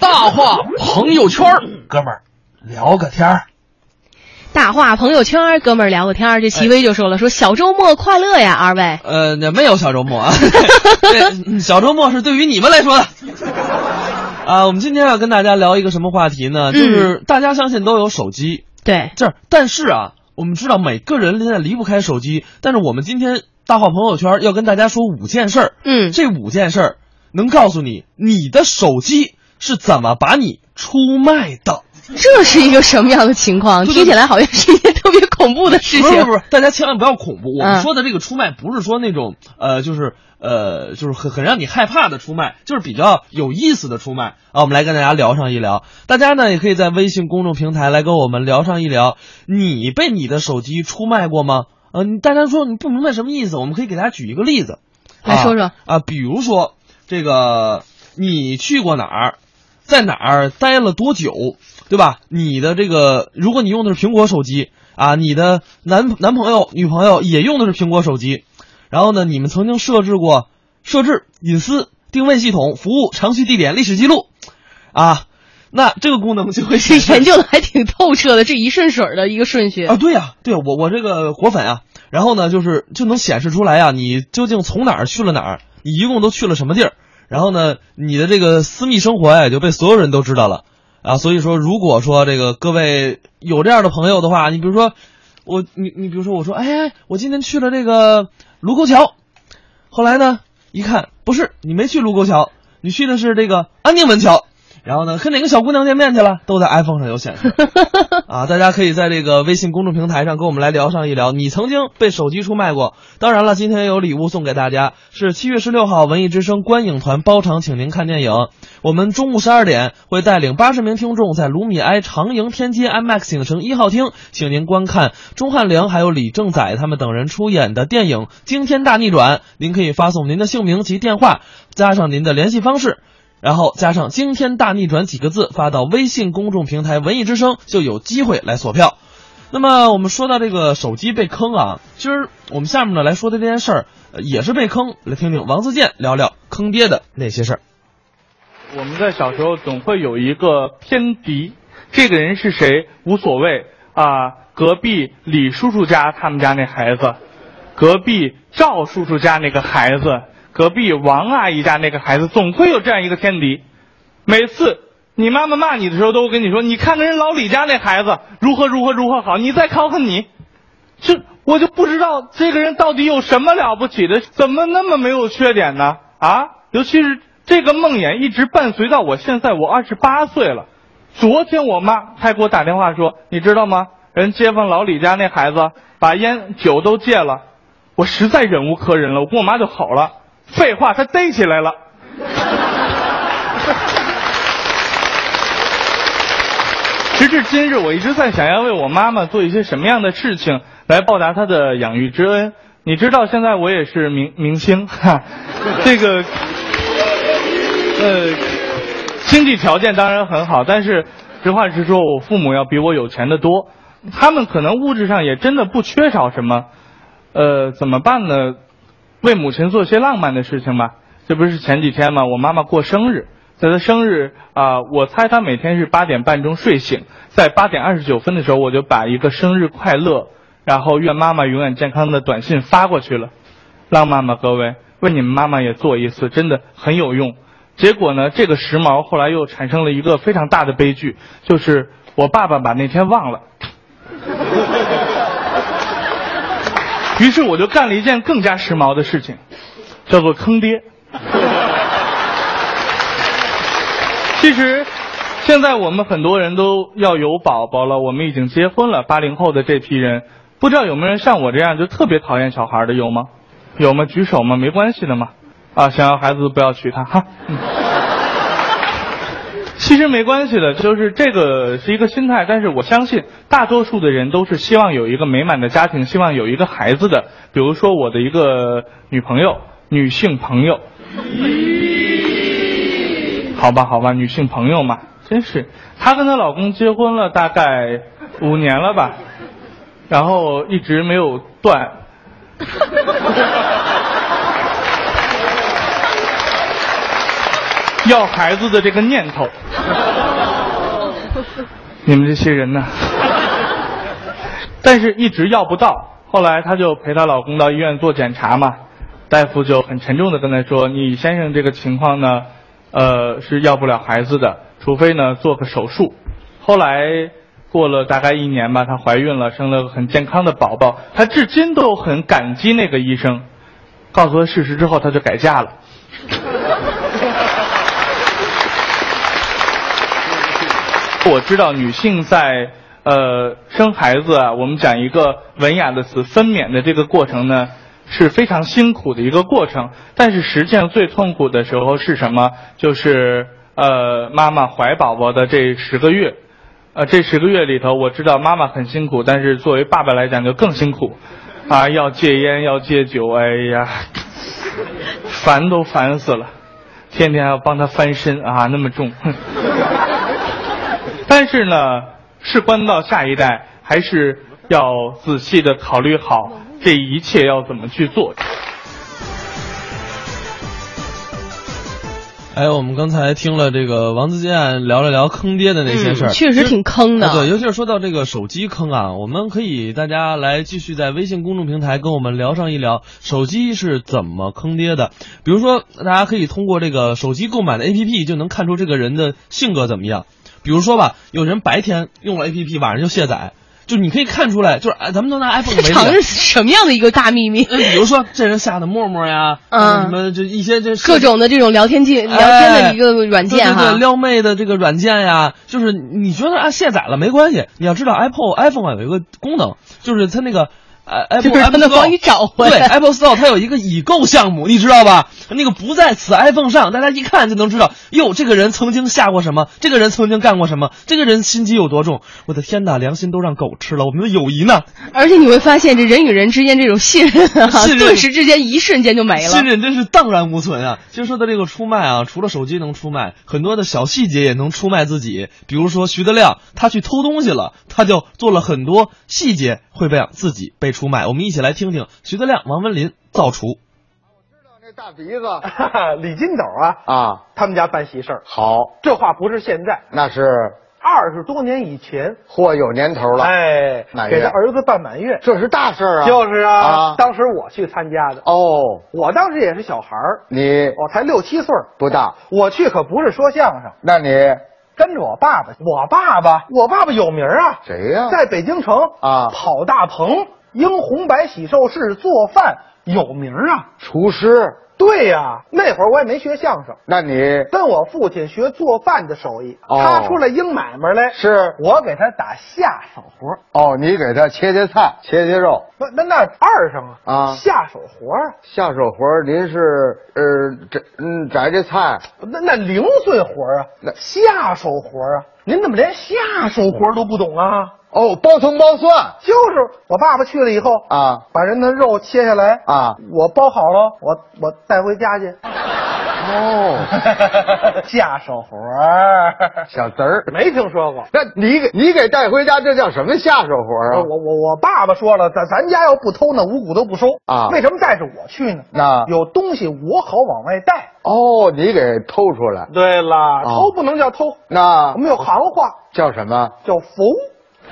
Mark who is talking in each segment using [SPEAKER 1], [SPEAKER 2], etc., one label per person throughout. [SPEAKER 1] 大话朋友圈儿，哥们儿聊个天儿。
[SPEAKER 2] 大话朋友圈儿，哥们儿聊个天儿。这齐薇就说了，说小周末快乐呀，二位。
[SPEAKER 1] 呃，那没有小周末啊， 对嗯小周末是对于你们来说的。啊，我们今天要跟大家聊一个什么话题呢？就是大家相信都有手机，
[SPEAKER 2] 对，
[SPEAKER 1] 这儿但是啊，我们知道每个人现在离不开手机，但是我们今天大话朋友圈要跟大家说五件事儿，
[SPEAKER 2] 嗯，
[SPEAKER 1] 这五件事儿能告诉你你的手机是怎么把你出卖的。
[SPEAKER 2] 这是一个什么样的情况？
[SPEAKER 1] 对对
[SPEAKER 2] 听起来好像是一件特别恐怖的事
[SPEAKER 1] 不是不是不。
[SPEAKER 2] 情
[SPEAKER 1] 是，大家千万不要恐怖。我
[SPEAKER 2] 嗯
[SPEAKER 1] 们说的这个出卖，不是说那种呃，就是呃，就是很很让你害怕的出卖，就是比较有意思的出卖啊。我们来跟大家聊上一聊，大家呢也可以在微信公众平台来跟我们聊上一聊，你被你的手机出卖过吗？呃，你大家说你不明白什么意思，我们可以给大家举一个例子，
[SPEAKER 2] 来
[SPEAKER 1] 啊
[SPEAKER 2] 说说
[SPEAKER 1] 啊，比如说这个你去过哪儿，在哪儿待了多久，对吧？你的这个，如果你用的是苹果手机啊，你的男男朋友、女朋友也用的是苹果手机，然后呢，你们曾经设置过设置隐私、定位系统、服务、长期地点、历史记录，啊，那这个功能就会
[SPEAKER 2] 这
[SPEAKER 1] 显示
[SPEAKER 2] 研究的还挺透彻的，这一顺水儿的一个顺序
[SPEAKER 1] 啊，。对呀、对我我这个果粉啊，然后呢，就是就能显示出来啊，你究竟从哪儿去了哪儿，你一共都去了什么地儿，然后呢，你的这个私密生活呀、也就被所有人都知道了啊。所以说，如果说这个各位有这样的朋友的话，你比如说我，你你比如说我说，哎，我今天去了这个卢沟桥，后来呢一看不是，你没去卢沟桥，你去的是这个安定门桥。然后呢，跟哪个小姑娘见面去了，都在 iPhone 上有显示。啊，大家可以在这个微信公众平台上跟我们来聊上一聊，你曾经被手机出卖过。当然了，今天有礼物送给大家，是七月十六号文艺之声观影团包场，请您看电影。我们中午十二点会带领八十名听众在卢米埃长营天街 IMAX 影城一号厅，请您观看钟汉良还有李正宰他们等人出演的电影《惊天大逆转》。您可以发送您的姓名及电话，加上您的联系方式。然后加上“惊天大逆转”几个字发到微信公众平台“文艺之声”，就有机会来索票。那么我们说到这个手机被坑啊，其实我们下面呢来说的这件事儿、呃也是被坑，来听听王自健聊聊坑爹的那些事儿。
[SPEAKER 3] 我们在小时候总会有一个偏敌，这个人是谁无所谓啊。隔壁李叔叔家他们家那孩子，隔壁赵叔叔家那个孩子，隔壁王阿姨家那个孩子，总会有这样一个天敌。每次你妈妈骂你的时候，都会跟你说：“你看看人老李家那孩子如何如何如何好，你再考考你。”这我就不知道这个人到底有什么了不起的，怎么那么没有缺点呢？啊，尤其是这个梦魇一直伴随到我现在，我二十八岁了。昨天我妈才给我打电话说，你知道吗？人街坊老李家那孩子把烟酒都戒了，我实在忍无可忍了，我跟我妈就吼了。废话，他逮起来了。直至今日，我一直在想要为我妈妈做一些什么样的事情来报答她的养育之恩。你知道，现在我也是明明星，哈，这个，呃，经济条件当然很好，但是实话实说，我父母要比我有钱的多，他们可能物质上也真的不缺少什么，呃，怎么办呢？为母亲做些浪漫的事情吧。这不是前几天吗？我妈妈过生日，在她生日啊、我猜她每天是八点半钟睡醒，在八点二十九分的时候，我就把一个生日快乐，然后愿妈妈永远健康的短信发过去了。浪漫吧，各位，为你们妈妈也做一次，真的很有用。结果呢，这个时髦后来又产生了一个非常大的悲剧，就是我爸爸把那天忘了。于是我就干了一件更加时髦的事情，叫做坑爹。其实，现在我们很多人都要有宝宝了，我们已经结婚了。八零后的这批人，不知道有没有人像我这样就特别讨厌小孩的，有吗？有吗？举手吗？没关系的嘛。啊，想要孩子不要娶她哈。嗯其实没关系的，就是这个是一个心态，但是我相信大多数的人都是希望有一个美满的家庭，希望有一个孩子的。比如说我的一个女朋友，女性朋友，好吧好吧，女性朋友嘛，真是她跟她老公结婚了大概五年了吧，然后一直没有断，要孩子的这个念头。你们这些人呐，但是一直要不到。后来她就陪她老公到医院做检查嘛，大夫就很沉重的跟她说：“你先生这个情况呢，呃，是要不了孩子的，除非呢做个手术。”后来过了大概一年吧，她怀孕了，生了个很健康的宝宝。她至今都很感激那个医生，告诉她事实之后，她就改嫁了。我知道女性在呃生孩子啊，我们讲一个文雅的词，分娩的这个过程呢，是非常辛苦的一个过程。但是实际上最痛苦的时候是什么？就是呃妈妈怀宝宝的这十个月，呃这十个月里头，我知道妈妈很辛苦，但是作为爸爸来讲就更辛苦，啊要戒烟要戒酒，哎呀，烦都烦死了，天天还要帮他翻身啊，那么重。哼但是呢，事关到下一代，还是要仔细的考虑好这一切要怎么去做。
[SPEAKER 1] 哎，我们刚才听了这个王自健聊了聊坑爹的那些事儿、
[SPEAKER 2] 嗯确实挺坑的
[SPEAKER 1] 啊对，尤其是说到这个手机坑啊，我们可以大家来继续在微信公众平台跟我们聊上一聊手机是怎么坑爹的。比如说，大家可以通过这个手机购买的 APP 就能看出这个人的性格怎么样。比如说吧，有人白天用了 APP，晚上就卸载，就你可以看出来，就是哎，咱们都拿 iPhone
[SPEAKER 2] 这
[SPEAKER 1] 为例
[SPEAKER 2] 厂是什么样的一个大秘密？
[SPEAKER 1] 呃比如说这人下的陌陌呀，
[SPEAKER 2] 嗯
[SPEAKER 1] 什么就一些这
[SPEAKER 2] 各种的这种聊天记聊天的一个软件
[SPEAKER 1] 哎对对
[SPEAKER 2] 哈
[SPEAKER 1] 哎对，撩妹的这个软件呀，就是你觉得啊卸载了没关系，你要知道 Apple iPhone 啊有一个功能，就是它那个。呃
[SPEAKER 2] 就
[SPEAKER 1] ，Apple
[SPEAKER 2] 是它
[SPEAKER 1] Apple
[SPEAKER 2] 能
[SPEAKER 1] Store
[SPEAKER 2] 帮你找回
[SPEAKER 1] 对
[SPEAKER 2] 来
[SPEAKER 1] ，Apple Store 它有一个已购项目，你知道吧？那个不在此 iPhone 上，大家一看就能知道，哟，这个人曾经下过什么，这个人曾经干过什么，这个人心机有多重。我的天哪，良心都让狗吃了，我们的友谊呢？
[SPEAKER 2] 而且你会发现这人与人之间这种信任啊，
[SPEAKER 1] 信任
[SPEAKER 2] 顿时之间一瞬间就没了
[SPEAKER 1] 信。任真是荡然无存啊！其实说到这个出卖啊，除了手机能出卖，很多的小细节也能出卖自己。比如说徐德亮，他去偷东西了，他就做了很多细节会被自己被出卖。我们一起来听听徐德亮、王文林造厨。
[SPEAKER 4] 那大鼻子
[SPEAKER 5] 李金斗啊，
[SPEAKER 4] 啊，
[SPEAKER 5] 他们家办喜事儿，
[SPEAKER 4] 好，
[SPEAKER 5] 这话不是现在，
[SPEAKER 4] 那是
[SPEAKER 5] 二十多年以前，
[SPEAKER 4] 货有年头了，
[SPEAKER 5] 哎
[SPEAKER 4] 满，月
[SPEAKER 5] 给他儿子办满月，
[SPEAKER 4] 这是大事儿啊！
[SPEAKER 5] 就是啊，
[SPEAKER 4] 啊，
[SPEAKER 5] 当时我去参加的，
[SPEAKER 4] 哦，
[SPEAKER 5] 我当时也是小孩儿，
[SPEAKER 4] 你
[SPEAKER 5] 我才六七岁儿，
[SPEAKER 4] 不大，
[SPEAKER 5] 我去可不是说相声，
[SPEAKER 4] 那你
[SPEAKER 5] 跟着我爸爸，我爸爸，我爸爸有名儿啊，
[SPEAKER 4] 谁呀
[SPEAKER 5] 在北京城
[SPEAKER 4] 啊
[SPEAKER 5] 跑大棚，英红白喜寿市做饭有名儿啊，
[SPEAKER 4] 厨师，
[SPEAKER 5] 对呀，那会儿我也没学相声。
[SPEAKER 4] 那你
[SPEAKER 5] 跟我父亲学做饭的手艺，
[SPEAKER 4] 哦
[SPEAKER 5] 他出来应买卖来，
[SPEAKER 4] 是
[SPEAKER 5] 我给他打下手活。
[SPEAKER 4] 哦，你给他切切菜，切切肉，
[SPEAKER 5] 那那那二声啊，
[SPEAKER 4] 啊
[SPEAKER 5] 下手活啊，
[SPEAKER 4] 下手活儿您是呃摘嗯摘这菜，
[SPEAKER 5] 那那零碎活啊
[SPEAKER 4] 那，
[SPEAKER 5] 下手活啊，您怎么连下手活都不懂啊？
[SPEAKER 4] 哦，包葱包蒜
[SPEAKER 5] 就是我爸爸去了以后，
[SPEAKER 4] 啊
[SPEAKER 5] 把人的肉切下来，
[SPEAKER 4] 啊，
[SPEAKER 5] 我包好了，我我带回家去，
[SPEAKER 4] 哦，
[SPEAKER 5] 下手活儿，
[SPEAKER 4] 小侄儿，
[SPEAKER 5] 没听说过。
[SPEAKER 4] 那你给你给带回家，这叫什么下手活儿啊？
[SPEAKER 5] 我我我爸爸说了，咱咱家要不偷那五谷都不收
[SPEAKER 4] 啊
[SPEAKER 5] 为什么带着我去呢？
[SPEAKER 4] 那
[SPEAKER 5] 有东西我好往外带。
[SPEAKER 4] 哦，你给偷出来，
[SPEAKER 5] 对了，
[SPEAKER 4] 哦
[SPEAKER 5] 偷不能叫偷，
[SPEAKER 4] 那
[SPEAKER 5] 我们有行话
[SPEAKER 4] 叫什么？
[SPEAKER 5] 叫福。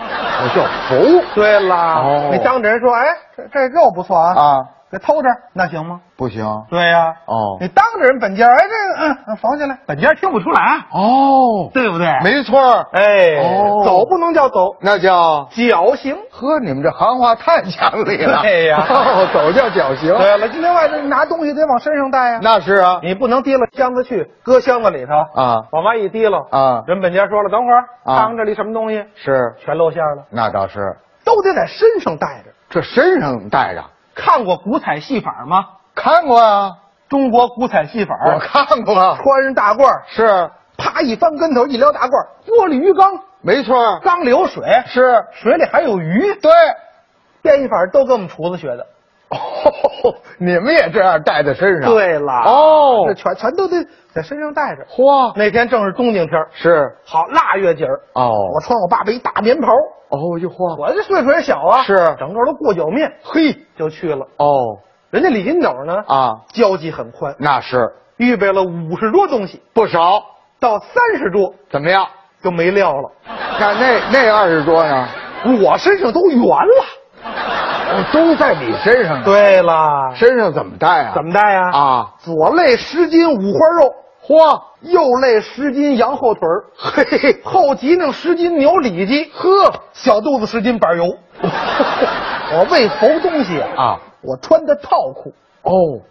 [SPEAKER 4] 我叫福
[SPEAKER 5] 对了，
[SPEAKER 4] 哦
[SPEAKER 5] 你当着人说，哎，这这肉不错啊，
[SPEAKER 4] 啊，
[SPEAKER 5] 给偷这儿那行吗？
[SPEAKER 4] 不行
[SPEAKER 5] 对呀、
[SPEAKER 4] 哦
[SPEAKER 5] 你当着人本家，哎，这个嗯嗯，缝起来，本家听不出来，啊
[SPEAKER 4] 哦，
[SPEAKER 5] 对不对？，
[SPEAKER 4] 没错儿，
[SPEAKER 5] 哎，
[SPEAKER 4] 哦
[SPEAKER 5] 走不能叫走，
[SPEAKER 4] 那叫
[SPEAKER 5] 绞刑。
[SPEAKER 4] 呵，你们这行话太讲理了。
[SPEAKER 5] 对呀
[SPEAKER 4] 哦，走叫绞刑，
[SPEAKER 5] 对了，另外这拿东西得往身上带呀、
[SPEAKER 4] 那是啊
[SPEAKER 5] 你不能提了箱子去，搁箱子里头
[SPEAKER 4] 啊
[SPEAKER 5] 往外一提了
[SPEAKER 4] 啊
[SPEAKER 5] 人本家说了，等会儿
[SPEAKER 4] 啊
[SPEAKER 5] 看看这里什么东西，
[SPEAKER 4] 是，
[SPEAKER 5] 全露馅了，
[SPEAKER 4] 那倒是，
[SPEAKER 5] 都得在身上带着。
[SPEAKER 4] 这身上带着
[SPEAKER 5] 看过古彩戏法吗？
[SPEAKER 4] 看过啊，
[SPEAKER 5] 中国古彩戏法，
[SPEAKER 4] 我看过，
[SPEAKER 5] 穿上大褂，
[SPEAKER 4] 是
[SPEAKER 5] 啪一翻跟头，一撩大褂，玻璃鱼缸，
[SPEAKER 4] 没错儿，
[SPEAKER 5] 缸里有水，
[SPEAKER 4] 是
[SPEAKER 5] 水里还有鱼，
[SPEAKER 4] 对。
[SPEAKER 5] 变戏法都跟我们厨子学的。
[SPEAKER 4] 哦，你们也这样带在身上？
[SPEAKER 5] 对了，
[SPEAKER 4] 哦
[SPEAKER 5] 这，全全都得在身上带着。
[SPEAKER 4] 嚯，
[SPEAKER 5] 那天正是冬景天儿，
[SPEAKER 4] 是
[SPEAKER 5] 好腊月节儿，
[SPEAKER 4] 哦，
[SPEAKER 5] 我穿我爸爸一大棉袍，
[SPEAKER 4] 哦哟嚯，
[SPEAKER 5] 我这岁数也小啊，
[SPEAKER 4] 是
[SPEAKER 5] 整个都过脚面，
[SPEAKER 4] 嘿，
[SPEAKER 5] 就去了。
[SPEAKER 4] 哦
[SPEAKER 5] 人家李金斗呢，
[SPEAKER 4] 啊，
[SPEAKER 5] 交际很宽，
[SPEAKER 4] 那是
[SPEAKER 5] 预备了五十桌东西，
[SPEAKER 4] 不少，
[SPEAKER 5] 到三十桌
[SPEAKER 4] 怎么样？
[SPEAKER 5] 就没料了。
[SPEAKER 4] 那那那二十桌呢？
[SPEAKER 5] 我身上都圆了。
[SPEAKER 4] 哦都在你身上呢。，
[SPEAKER 5] 对了，
[SPEAKER 4] 身上怎么带啊？
[SPEAKER 5] 怎么带呀？
[SPEAKER 4] 啊？
[SPEAKER 5] 左肋十斤五花肉，嚯！右肋十斤羊后腿儿，嘿嘿，后脊梁十斤牛里脊，呵，小肚子十斤板油。 我为缝东西
[SPEAKER 4] 啊，
[SPEAKER 5] 我穿的套裤，
[SPEAKER 4] 哦，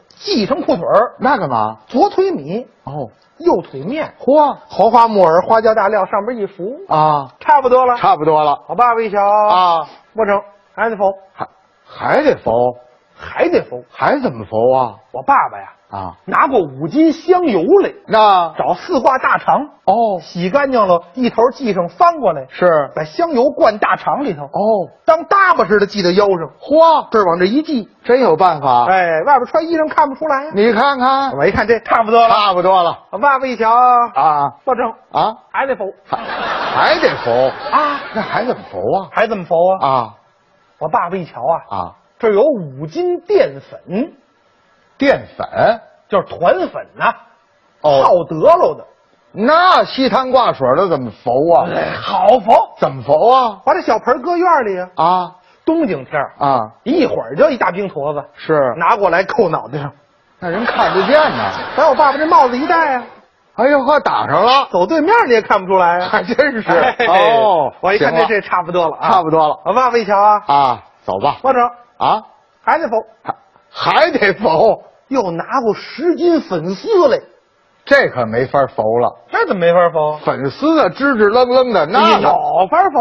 [SPEAKER 5] 系上裤腿儿，
[SPEAKER 4] 那干嘛？
[SPEAKER 5] 左腿米，
[SPEAKER 4] 哦，
[SPEAKER 5] 右腿面，
[SPEAKER 4] 嚯
[SPEAKER 5] 黄花木耳、花椒大料上边一浮，
[SPEAKER 4] 啊，
[SPEAKER 5] 差不多了。
[SPEAKER 4] 差不多了
[SPEAKER 5] 我爸爸一瞧，
[SPEAKER 4] 啊，
[SPEAKER 5] 不成，还得缝，
[SPEAKER 4] 还还得缝，
[SPEAKER 5] 还得缝。
[SPEAKER 4] 还怎么缝啊？
[SPEAKER 5] 我爸爸呀，
[SPEAKER 4] 啊，
[SPEAKER 5] 拿过五斤香油来，
[SPEAKER 4] 那
[SPEAKER 5] 找四挂大肠，
[SPEAKER 4] 哦
[SPEAKER 5] 洗干净了，一头系上，翻过来，
[SPEAKER 4] 是
[SPEAKER 5] 把香油灌大肠里头，
[SPEAKER 4] 哦，
[SPEAKER 5] 当搭把似的系在腰上，
[SPEAKER 4] 嚯，
[SPEAKER 5] 这儿往这一系，
[SPEAKER 4] 真有办法。
[SPEAKER 5] 哎，外边穿衣裳看不出来呀、啊
[SPEAKER 4] 你看看，
[SPEAKER 5] 我一看这差不多了，
[SPEAKER 4] 差不多了
[SPEAKER 5] 我爸爸一瞧，
[SPEAKER 4] 啊
[SPEAKER 5] 不正，
[SPEAKER 4] 啊，
[SPEAKER 5] 还得缝
[SPEAKER 4] 还还得缝
[SPEAKER 5] 啊，
[SPEAKER 4] 那还怎么缝啊？
[SPEAKER 5] 还怎么缝啊？
[SPEAKER 4] 啊
[SPEAKER 5] 我爸爸一瞧啊，
[SPEAKER 4] 啊，
[SPEAKER 5] 这儿有五斤淀粉，
[SPEAKER 4] 淀粉
[SPEAKER 5] 就是团粉呐、
[SPEAKER 4] 哦
[SPEAKER 5] 泡得喽的，
[SPEAKER 4] 那稀汤挂水的怎么缝啊？
[SPEAKER 5] 哎好缝。
[SPEAKER 4] 怎么缝啊？
[SPEAKER 5] 把这小盆搁院里啊，
[SPEAKER 4] 啊
[SPEAKER 5] 冬景天儿
[SPEAKER 4] 啊，
[SPEAKER 5] 一会儿就一大冰坨子，
[SPEAKER 4] 是，啊
[SPEAKER 5] 拿过来扣脑袋上，
[SPEAKER 4] 那人看得见呢。
[SPEAKER 5] 把我爸爸这帽子一戴啊，
[SPEAKER 4] 哎呦呵，打上了，
[SPEAKER 5] 走对面你也看不出来啊，
[SPEAKER 4] 还真是
[SPEAKER 5] 哎
[SPEAKER 4] 哦
[SPEAKER 5] 我一看
[SPEAKER 4] 行
[SPEAKER 5] 这
[SPEAKER 4] 了
[SPEAKER 5] 这差不多了啊，
[SPEAKER 4] 差不多了
[SPEAKER 5] 我爸爸一瞧啊，
[SPEAKER 4] 啊，走吧
[SPEAKER 5] 我整
[SPEAKER 4] 啊，
[SPEAKER 5] 还得缝，
[SPEAKER 4] 还还得缝，
[SPEAKER 5] 又拿过十斤粉丝来，
[SPEAKER 4] 这可没法缝了。
[SPEAKER 5] 那怎么没法缝？
[SPEAKER 4] 粉丝啊，支支愣愣的，
[SPEAKER 5] 哎
[SPEAKER 4] 那怎
[SPEAKER 5] 有法缝，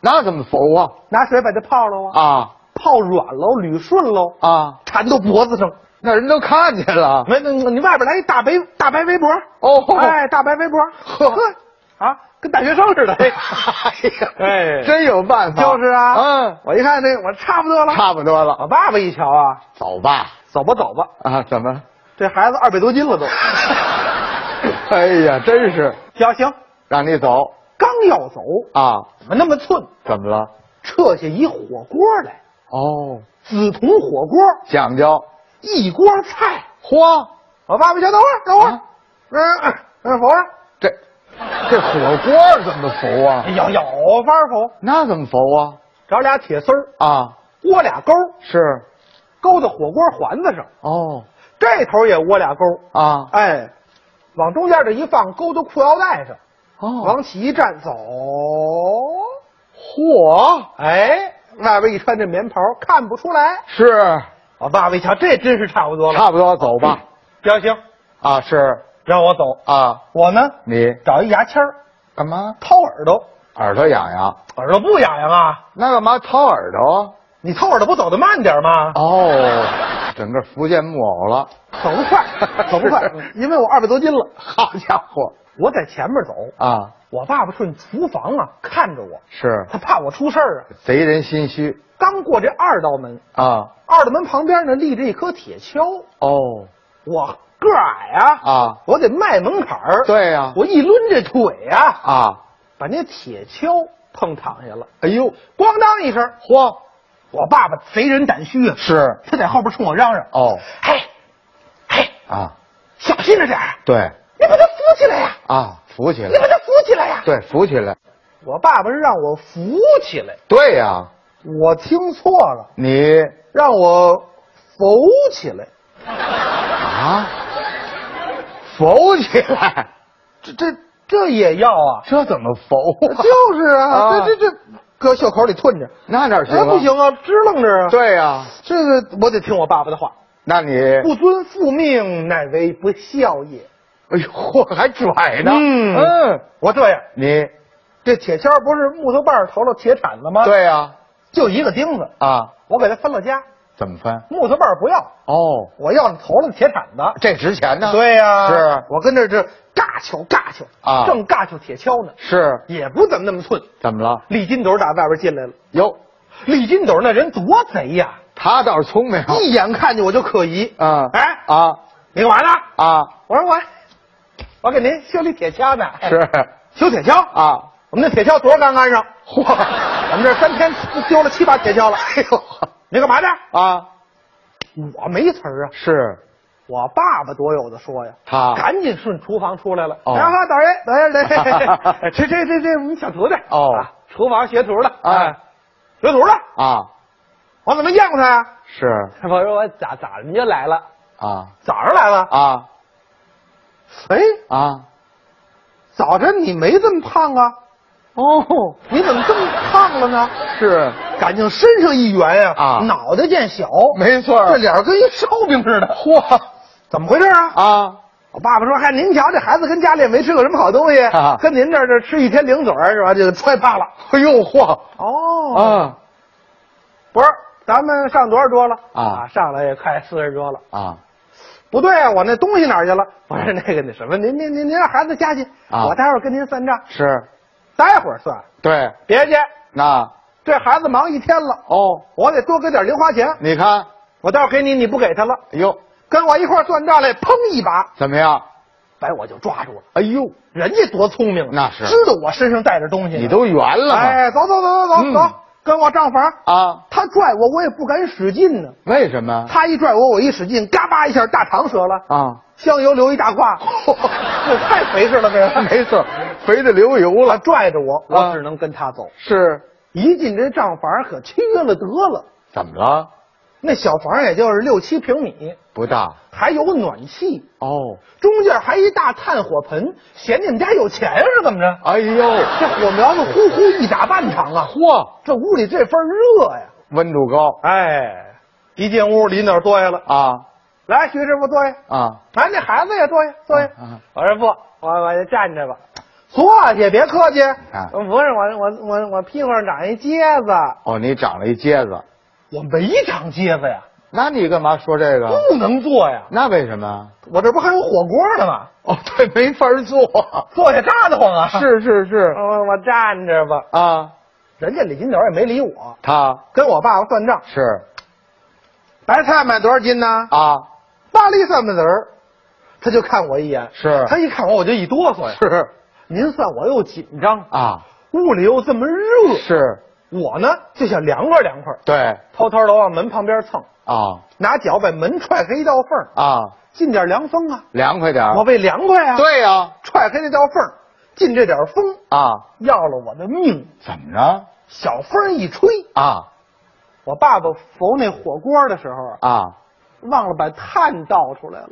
[SPEAKER 4] 那怎么缝啊？
[SPEAKER 5] 拿水把它泡了啊，
[SPEAKER 4] 啊
[SPEAKER 5] 泡软喽，捋顺喽，
[SPEAKER 4] 啊，
[SPEAKER 5] 缠到脖子上。
[SPEAKER 4] 那人都看见了。
[SPEAKER 5] 没，那你外边来一大围大白围脖，
[SPEAKER 4] 哦
[SPEAKER 5] 哎，大白围脖，呵呵，啊，跟大学生似的，哎，哎
[SPEAKER 4] 真有办法。
[SPEAKER 5] 就是啊，
[SPEAKER 4] 嗯，
[SPEAKER 5] 我一看这，我差不多了，
[SPEAKER 4] 差不多
[SPEAKER 5] 我
[SPEAKER 4] 了，
[SPEAKER 5] 爸爸一瞧啊，
[SPEAKER 4] 走吧。
[SPEAKER 5] 走吧走吧，
[SPEAKER 4] 啊，怎么？
[SPEAKER 5] 这孩子二百多斤了都，
[SPEAKER 4] 哎呀，真是
[SPEAKER 5] 行行，
[SPEAKER 4] 让你走
[SPEAKER 5] 刚要走，
[SPEAKER 4] 啊？
[SPEAKER 5] 怎么那么寸？
[SPEAKER 4] 怎么了？
[SPEAKER 5] 撤下一火锅来，
[SPEAKER 4] 哦，
[SPEAKER 5] 紫铜火锅，
[SPEAKER 4] 讲究。
[SPEAKER 5] 一锅菜。
[SPEAKER 4] 嚯，
[SPEAKER 5] 我爸爸一瞧，等会儿，等会儿
[SPEAKER 4] 啊，
[SPEAKER 5] 嗯嗯嗯，缝上，
[SPEAKER 4] 这这火锅怎么缝啊？
[SPEAKER 5] 有哎有法缝，
[SPEAKER 4] 那怎么缝啊？
[SPEAKER 5] 找俩铁丝儿，
[SPEAKER 4] 啊，
[SPEAKER 5] 窝俩钩儿，
[SPEAKER 4] 是
[SPEAKER 5] 勾到火锅环子上，
[SPEAKER 4] 哦
[SPEAKER 5] 这头也窝俩钩儿，
[SPEAKER 4] 啊
[SPEAKER 5] 哎，往中间这一放，勾到裤腰带上，
[SPEAKER 4] 哦，
[SPEAKER 5] 往起一站，走，
[SPEAKER 4] 嚯，
[SPEAKER 5] 哎，外边一穿这棉袍，看不出来。
[SPEAKER 4] 是
[SPEAKER 5] 我爸爸一瞧，这真是差不多了。
[SPEAKER 4] 差不多，走吧。
[SPEAKER 5] 彪行，
[SPEAKER 4] 啊，是
[SPEAKER 5] 让我走，
[SPEAKER 4] 啊，
[SPEAKER 5] 我呢
[SPEAKER 4] 你
[SPEAKER 5] 找一牙签儿
[SPEAKER 4] 干嘛？
[SPEAKER 5] 掏耳朵，
[SPEAKER 4] 耳朵痒痒？
[SPEAKER 5] 耳朵不痒痒啊？
[SPEAKER 4] 那干嘛掏耳朵啊？
[SPEAKER 5] 你掏耳朵不走得慢点吗？
[SPEAKER 4] 哦，整个福建木偶了，，
[SPEAKER 5] 走不快走不快， 因为我二百多斤了。
[SPEAKER 4] 好家伙
[SPEAKER 5] 我在前面走，
[SPEAKER 4] 啊！
[SPEAKER 5] 我爸爸顺厨房啊看着我，
[SPEAKER 4] 是
[SPEAKER 5] 他怕我出事儿啊。
[SPEAKER 4] 贼人心虚
[SPEAKER 5] 刚过这二道门，
[SPEAKER 4] 啊！
[SPEAKER 5] 二道门旁边呢立着一颗铁锹，
[SPEAKER 4] 哦
[SPEAKER 5] 我个儿矮啊，
[SPEAKER 4] 啊，
[SPEAKER 5] 我得迈门槛儿。
[SPEAKER 4] 对呀
[SPEAKER 5] 我一抡这腿啊，
[SPEAKER 4] 啊！
[SPEAKER 5] 把那铁锹碰躺下了，
[SPEAKER 4] 哎呦，
[SPEAKER 5] 咣当一声，
[SPEAKER 4] 嚯，
[SPEAKER 5] 我爸爸贼人胆虚啊，
[SPEAKER 4] 是
[SPEAKER 5] 他在后边冲我嚷嚷：“
[SPEAKER 4] 哦
[SPEAKER 5] 嘿，嘿，
[SPEAKER 4] 啊，
[SPEAKER 5] 小心着点儿，啊
[SPEAKER 4] 对
[SPEAKER 5] 你把他扶起来呀、
[SPEAKER 4] 啊，扶起
[SPEAKER 5] 你把
[SPEAKER 4] 来，
[SPEAKER 5] 他扶起来呀、
[SPEAKER 4] 对，扶起来，
[SPEAKER 5] 我爸爸是让我扶起来，
[SPEAKER 4] 对呀、
[SPEAKER 5] 我听错了，
[SPEAKER 4] 你
[SPEAKER 5] 让我扶起来。
[SPEAKER 4] 啊，扶起来，
[SPEAKER 5] 这这这也要啊？
[SPEAKER 4] 这怎么扶啊？
[SPEAKER 5] 就是啊，
[SPEAKER 4] 啊
[SPEAKER 5] 这这这，搁袖口里吞着，
[SPEAKER 4] 那哪行、
[SPEAKER 5] 那不，行啊，支棱着啊。，
[SPEAKER 4] 对呀、
[SPEAKER 5] 这个我得听我爸爸的话，
[SPEAKER 4] 那你，
[SPEAKER 5] 不遵父命，乃为不孝也。
[SPEAKER 4] 哎呦，嚯还拽呢，
[SPEAKER 5] 嗯
[SPEAKER 4] 嗯，
[SPEAKER 5] 我这样，
[SPEAKER 4] 你，
[SPEAKER 5] 这铁锹不是木头棒儿头了铁铲子吗？，
[SPEAKER 4] 对呀、
[SPEAKER 5] 就一个钉子，
[SPEAKER 4] 啊，
[SPEAKER 5] 我给它分了家，
[SPEAKER 4] 怎么分？
[SPEAKER 5] 木头棒儿不要，
[SPEAKER 4] 哦，
[SPEAKER 5] 我要那头了铁铲子。
[SPEAKER 4] 这值钱呢。
[SPEAKER 5] 对呀、
[SPEAKER 4] 是
[SPEAKER 5] 我跟这这尬敲尬敲
[SPEAKER 4] 啊
[SPEAKER 5] 正尬敲铁锹呢，
[SPEAKER 4] 是，
[SPEAKER 5] 也不怎么那么寸。
[SPEAKER 4] 怎么了？
[SPEAKER 5] 李金斗打外边进来了，
[SPEAKER 4] 哟，
[SPEAKER 5] 李金斗那人多贼呀、
[SPEAKER 4] 他倒是聪明
[SPEAKER 5] 一眼看见我就可疑。
[SPEAKER 4] 啊
[SPEAKER 5] 哎，
[SPEAKER 4] 啊
[SPEAKER 5] 你干嘛呢？
[SPEAKER 4] 啊，
[SPEAKER 5] 我说我，我给您修理铁锹呢。
[SPEAKER 4] 是
[SPEAKER 5] 修铁锹。
[SPEAKER 4] 啊，
[SPEAKER 5] 我们那铁锹昨儿刚安上，嚯，我们这三天修了七八铁锹了。哎呦，你干嘛呢？
[SPEAKER 4] 啊
[SPEAKER 5] 我没词儿啊，
[SPEAKER 4] 是
[SPEAKER 5] 我爸爸多有的说呀。
[SPEAKER 4] 他
[SPEAKER 5] 赶紧顺厨房出来了。啊
[SPEAKER 4] 哦
[SPEAKER 5] 然后导爷，导爷，来，这这这这我们小徒弟
[SPEAKER 4] 哦
[SPEAKER 5] 啊厨房学徒了，啊
[SPEAKER 6] 哎，
[SPEAKER 5] 学徒了。
[SPEAKER 6] 啊，
[SPEAKER 5] 我怎么没见过他呀、
[SPEAKER 6] 是
[SPEAKER 5] 我说我咋咋你就来了？
[SPEAKER 6] 啊
[SPEAKER 5] 早上来了？
[SPEAKER 6] 啊
[SPEAKER 5] 哎，
[SPEAKER 6] 啊，
[SPEAKER 5] 早晨你没这么胖啊？哦，你怎么这么胖了呢？
[SPEAKER 6] 是
[SPEAKER 5] 感情身上一圆呀、
[SPEAKER 6] 啊
[SPEAKER 5] 脑袋见小，
[SPEAKER 6] 没错儿
[SPEAKER 5] 这脸儿跟一烧饼似的。嚯，怎么回事啊？
[SPEAKER 6] 啊，
[SPEAKER 5] 我爸爸说：“嗨，您瞧这孩子跟家里也没吃过什么好东西，
[SPEAKER 6] 哈哈
[SPEAKER 5] 跟您这儿这吃一天零嘴儿是吧？这个揣胖了。
[SPEAKER 6] 哎呦嚯
[SPEAKER 5] 哦
[SPEAKER 6] 啊
[SPEAKER 5] 不是，咱们上多少桌了
[SPEAKER 6] 啊
[SPEAKER 5] 上来也快四十桌了。
[SPEAKER 6] 啊
[SPEAKER 5] 不对啊，我那东西哪儿去了？不是那个那什么，您您您您让孩子下去，
[SPEAKER 6] 啊
[SPEAKER 5] 我待会儿跟您算账，
[SPEAKER 6] 是，
[SPEAKER 5] 待会儿算，
[SPEAKER 6] 对，
[SPEAKER 5] 别介，
[SPEAKER 6] 那
[SPEAKER 5] 这孩子忙一天了，
[SPEAKER 6] 哦，
[SPEAKER 5] 我得多给点零花钱，
[SPEAKER 6] 你看，
[SPEAKER 5] 我待会儿给你，你不给他了，
[SPEAKER 6] 哎呦，
[SPEAKER 5] 跟我一块儿算账来，砰一把，
[SPEAKER 6] 怎么样？
[SPEAKER 5] 把我就抓住了。
[SPEAKER 6] 哎呦，
[SPEAKER 5] 人家多聪明啊，
[SPEAKER 6] 那是
[SPEAKER 5] 知道我身上带着东西呢，
[SPEAKER 6] 你都圆了嘛
[SPEAKER 5] 哎，走走走走走
[SPEAKER 6] 嗯
[SPEAKER 5] 走，跟我上房。
[SPEAKER 6] 啊？
[SPEAKER 5] 他拽我，我也不敢使劲呢。
[SPEAKER 6] 为什么
[SPEAKER 5] 他一拽我，我一使劲，嘎巴一下，大肠折了，
[SPEAKER 6] 啊？
[SPEAKER 5] 香油流一大胯， 这太肥实了，这个
[SPEAKER 6] 哦 没错，肥的流油
[SPEAKER 5] 他
[SPEAKER 6] 了，
[SPEAKER 5] 拽着我，
[SPEAKER 6] 啊
[SPEAKER 5] 我只能跟他走。
[SPEAKER 6] 是
[SPEAKER 5] 一进这账房，可缺了得了。
[SPEAKER 6] 怎么了？
[SPEAKER 5] 那小房也就是六七平米，
[SPEAKER 6] 不大
[SPEAKER 5] 还有暖气，
[SPEAKER 6] 哦，
[SPEAKER 5] 中间还一大炭火盆，嫌你们家有钱是怎么着？
[SPEAKER 6] 哎呦，
[SPEAKER 5] 这火苗子呼呼一打半场啊！
[SPEAKER 6] 嚯，
[SPEAKER 5] 这屋里这份热呀！
[SPEAKER 6] 温度高
[SPEAKER 5] 哎，一进屋，李鸟坐下了，
[SPEAKER 6] 啊
[SPEAKER 5] 来，徐师傅坐下，
[SPEAKER 6] 啊
[SPEAKER 5] 来，那孩子也坐下，坐下。
[SPEAKER 6] 啊
[SPEAKER 5] 我说不，我我就站着吧。坐下，别客气。
[SPEAKER 6] 啊
[SPEAKER 5] 不是我我我我屁股上长一疖子，
[SPEAKER 6] 哦，你长了一疖子，
[SPEAKER 5] 我没长疖子呀，
[SPEAKER 6] 那你干嘛说这个？
[SPEAKER 5] 不能坐呀。
[SPEAKER 6] 那为什么？
[SPEAKER 5] 啊我这不还有火锅呢吗？
[SPEAKER 6] 哦，对，没法做。
[SPEAKER 5] 坐下扎得慌啊。，
[SPEAKER 6] 是是是
[SPEAKER 5] 我我站着吧。
[SPEAKER 6] 啊，
[SPEAKER 5] 人家李金斗也没理我，
[SPEAKER 6] 他
[SPEAKER 5] 跟我爸爸算账，
[SPEAKER 6] 是
[SPEAKER 5] 白菜买多少斤呢？
[SPEAKER 6] 啊
[SPEAKER 5] 巴黎蒜瓣子儿，他就看我一眼，
[SPEAKER 6] 是
[SPEAKER 5] 他一看我我就一哆嗦呀。
[SPEAKER 6] 是
[SPEAKER 5] 您算我又紧张，
[SPEAKER 6] 啊
[SPEAKER 5] 屋里又这么热，
[SPEAKER 6] 是，
[SPEAKER 5] 我呢就想凉快凉快，
[SPEAKER 6] 对
[SPEAKER 5] 偷偷的往门旁边蹭，
[SPEAKER 6] 啊
[SPEAKER 5] 拿脚把门踹开一道缝儿，
[SPEAKER 6] 啊，
[SPEAKER 5] 进点凉风啊，
[SPEAKER 6] 凉快点儿
[SPEAKER 5] 我为凉快啊，，
[SPEAKER 6] 对呀
[SPEAKER 5] 踹开那道缝儿，进这点风，
[SPEAKER 6] 啊，
[SPEAKER 5] 要了我的命。
[SPEAKER 6] 怎么着
[SPEAKER 5] 小风一吹，
[SPEAKER 6] 啊
[SPEAKER 5] 我爸爸缝那火锅的时候啊，
[SPEAKER 6] 啊？
[SPEAKER 5] 忘了把炭倒出来了。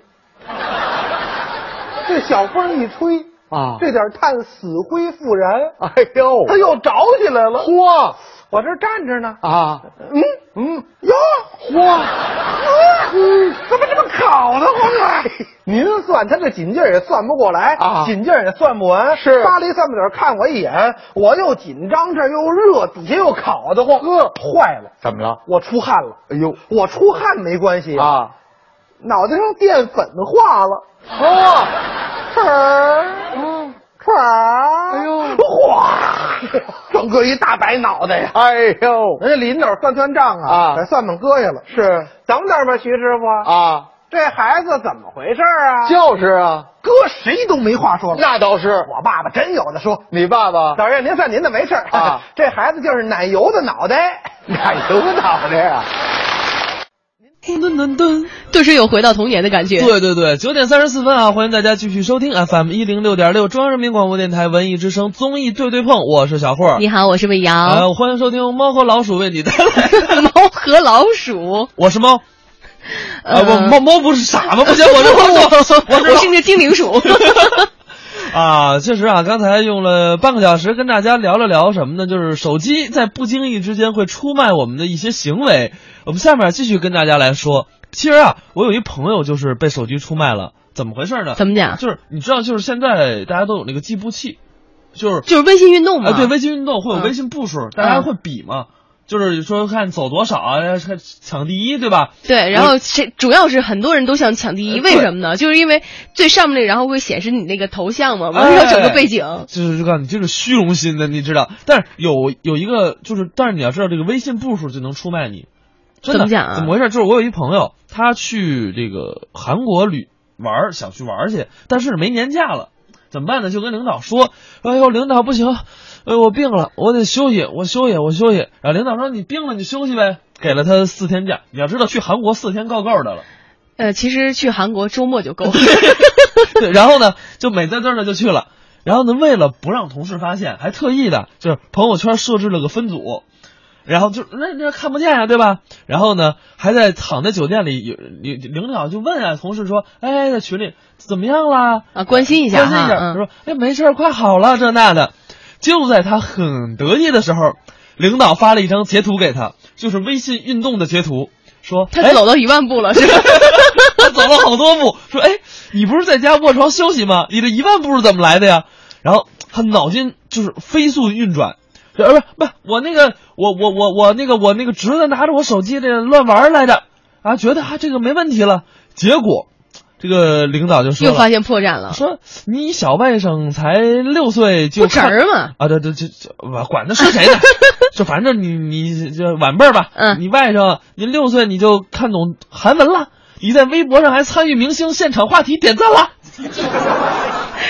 [SPEAKER 5] 这小风一吹
[SPEAKER 6] 啊
[SPEAKER 5] 这点炭死灰复燃，
[SPEAKER 6] 哎呦
[SPEAKER 5] 它又着起来了。
[SPEAKER 6] 嚯
[SPEAKER 5] 我这站着呢，
[SPEAKER 6] 啊
[SPEAKER 5] 嗯
[SPEAKER 6] 嗯
[SPEAKER 5] 哟，
[SPEAKER 6] 嚯，嗯
[SPEAKER 5] 啊怎么这么烤的慌 啊？您算他这紧劲儿也算不过来
[SPEAKER 6] 啊
[SPEAKER 5] 紧劲儿也算不完。
[SPEAKER 6] 是
[SPEAKER 5] 巴黎三不点看我一眼，我又紧张，这儿又热，底下又烤得慌，
[SPEAKER 6] 呵
[SPEAKER 5] 坏了，
[SPEAKER 6] 怎么了？
[SPEAKER 5] 我出汗了。
[SPEAKER 6] 哎呦
[SPEAKER 5] 我出汗没关系，
[SPEAKER 6] 啊
[SPEAKER 5] 脑袋上淀粉化了。
[SPEAKER 6] 嚯，
[SPEAKER 5] 唰儿，唰儿，
[SPEAKER 6] 哎呦
[SPEAKER 5] 哗，整个一大白脑袋呀！
[SPEAKER 6] 哎呦
[SPEAKER 5] 人家李导算算账啊，
[SPEAKER 6] 啊
[SPEAKER 5] 把算盘搁下了。
[SPEAKER 6] 是
[SPEAKER 5] 等等吧，徐师傅，
[SPEAKER 6] 啊，
[SPEAKER 5] 这孩子怎么回事啊？
[SPEAKER 6] 就是啊，
[SPEAKER 5] 搁谁都没话说了。
[SPEAKER 6] 那倒是，
[SPEAKER 5] 我爸爸真有的说，
[SPEAKER 6] 你爸爸
[SPEAKER 5] 老爷您算您的没事儿
[SPEAKER 6] 啊
[SPEAKER 5] 这孩子就是奶油的脑袋。
[SPEAKER 6] 奶油脑袋呀？
[SPEAKER 1] 噔噔噔。
[SPEAKER 2] 顿时有回到童年的感觉。
[SPEAKER 1] 对对对，九点三十四分啊，欢迎大家继续收听 FM 一零六点六中央人民广播电台文艺之声综艺对对碰，我是小霍儿。
[SPEAKER 2] 你好，我是魏阳。
[SPEAKER 1] 呃，欢迎收听猫和老鼠为你带来的，
[SPEAKER 2] 猫和老鼠，
[SPEAKER 1] 我是猫，啊
[SPEAKER 2] 呃
[SPEAKER 1] 不猫猫不是傻吗？不行，我是 猫，
[SPEAKER 2] 我
[SPEAKER 1] 我
[SPEAKER 2] 是
[SPEAKER 1] 是
[SPEAKER 2] 那精 灵鼠。
[SPEAKER 1] 猫。啊，确实啊，刚才用了半个小时跟大家聊了聊什么呢？就是手机在不经意之间会出卖我们的一些行为。我们下面继续跟大家来说，其实啊，我有一朋友就是被手机出卖了，怎么回事呢？
[SPEAKER 2] 怎么讲？
[SPEAKER 1] 就是你知道，就是现在大家都有那个计步器，就是
[SPEAKER 2] 就是微信运动嘛。
[SPEAKER 1] 啊，对，微信运动会有
[SPEAKER 2] 嗯
[SPEAKER 1] 微信步数，大家会比嘛，就是说看走多少啊，看抢第一，对吧？
[SPEAKER 2] 对，然后谁主要是很多人都想抢第一，
[SPEAKER 1] 呃
[SPEAKER 2] 为
[SPEAKER 1] 对
[SPEAKER 2] 什么呢？就是因为最上面那，然后会显示你那个头像嘛，完
[SPEAKER 1] 哎
[SPEAKER 2] 了有整个背景。
[SPEAKER 1] 就是这个，你这个虚荣心的，你知道？但是有有一个，就是但是你要知道，这个微信步数就能出卖你，真的
[SPEAKER 2] 怎么讲啊
[SPEAKER 1] 怎么回事？就是我有一朋友，他去这个韩国旅玩儿，想去玩儿去，但是没年假了，怎么办呢？就跟领导说，哎呦，领导不行，哎呦，我病了，我得休息，我休息，我休息。然后领导说你病了，你休息呗，给了他四天假。你要知道，去韩国四天够够的了。
[SPEAKER 2] 呃，其实去韩国周末就够了。
[SPEAKER 1] 对，然后呢，就美滋滋的就去了。然后呢，为了不让同事发现，还特意的就是朋友圈设置了个分组，然后就那那看不见呀、啊对吧？然后呢，还在躺在酒店里，有有领导就问啊，同事说，哎，在群里怎么样啦？
[SPEAKER 2] 啊，关心一下
[SPEAKER 1] 关
[SPEAKER 2] 哈，
[SPEAKER 1] 心一下，
[SPEAKER 2] 嗯
[SPEAKER 1] 说，哎，没事儿，快好了，这那的。就在他很得意的时候，领导发了一张截图给他，就是微信运动的截图，说，
[SPEAKER 2] 他
[SPEAKER 1] 哎
[SPEAKER 2] 走到一万步了，是吧？
[SPEAKER 1] 他走了好多步，说：“哎，你不是在家卧床休息吗？你这一万步是怎么来的呀？”然后他脑筋就是飞速运转，说：“呃，不是不是，我那个我我我我那个我那个侄子拿着我手机这乱玩来着，啊，觉得啊这个没问题了。”结果，这个领导就说
[SPEAKER 2] 又
[SPEAKER 1] 了
[SPEAKER 2] 发现破绽了，
[SPEAKER 1] 说：“你小外甥才六岁就
[SPEAKER 2] 不侄
[SPEAKER 1] 看
[SPEAKER 2] 儿嘛，
[SPEAKER 1] 啊，对对，这这我管他是谁呢，就反正你你这晚辈儿吧，
[SPEAKER 2] 嗯
[SPEAKER 1] 你外甥您六岁你就看懂韩文了，你在微博上还参与明星现场话题点赞了。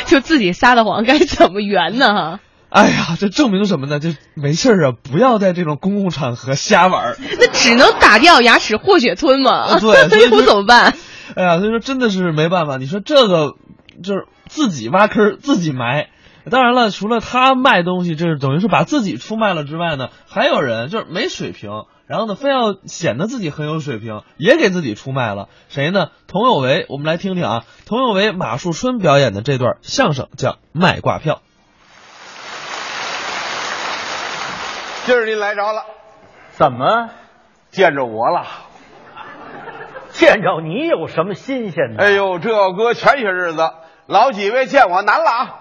[SPEAKER 2] 就自己撒的谎，该怎么圆呢？ 哈，
[SPEAKER 1] 哎呀，这证明什么呢？这没事儿啊，不要在这种公共场合瞎玩儿。
[SPEAKER 2] 那只能打掉牙齿或血吞嘛，
[SPEAKER 1] 啊对所以
[SPEAKER 2] 那
[SPEAKER 1] 就
[SPEAKER 2] 不怎么办？
[SPEAKER 1] 哎呀，所以说真的是没办法。你说这个就是自己挖坑儿自己埋。当然了，除了他卖东西，这是等于是把自己出卖了之外呢，还有人就是没水平，然后呢非要显得自己很有水平，也给自己出卖了。谁呢？佟有为，我们来听听啊，佟有为、马树春表演的这段相声叫《卖挂票》。
[SPEAKER 6] 今儿您来着了，
[SPEAKER 4] 怎么
[SPEAKER 6] 见着我了。
[SPEAKER 4] 见着你有什么新鲜的？
[SPEAKER 6] 哎呦，这哥前些日子老几位见我难了啊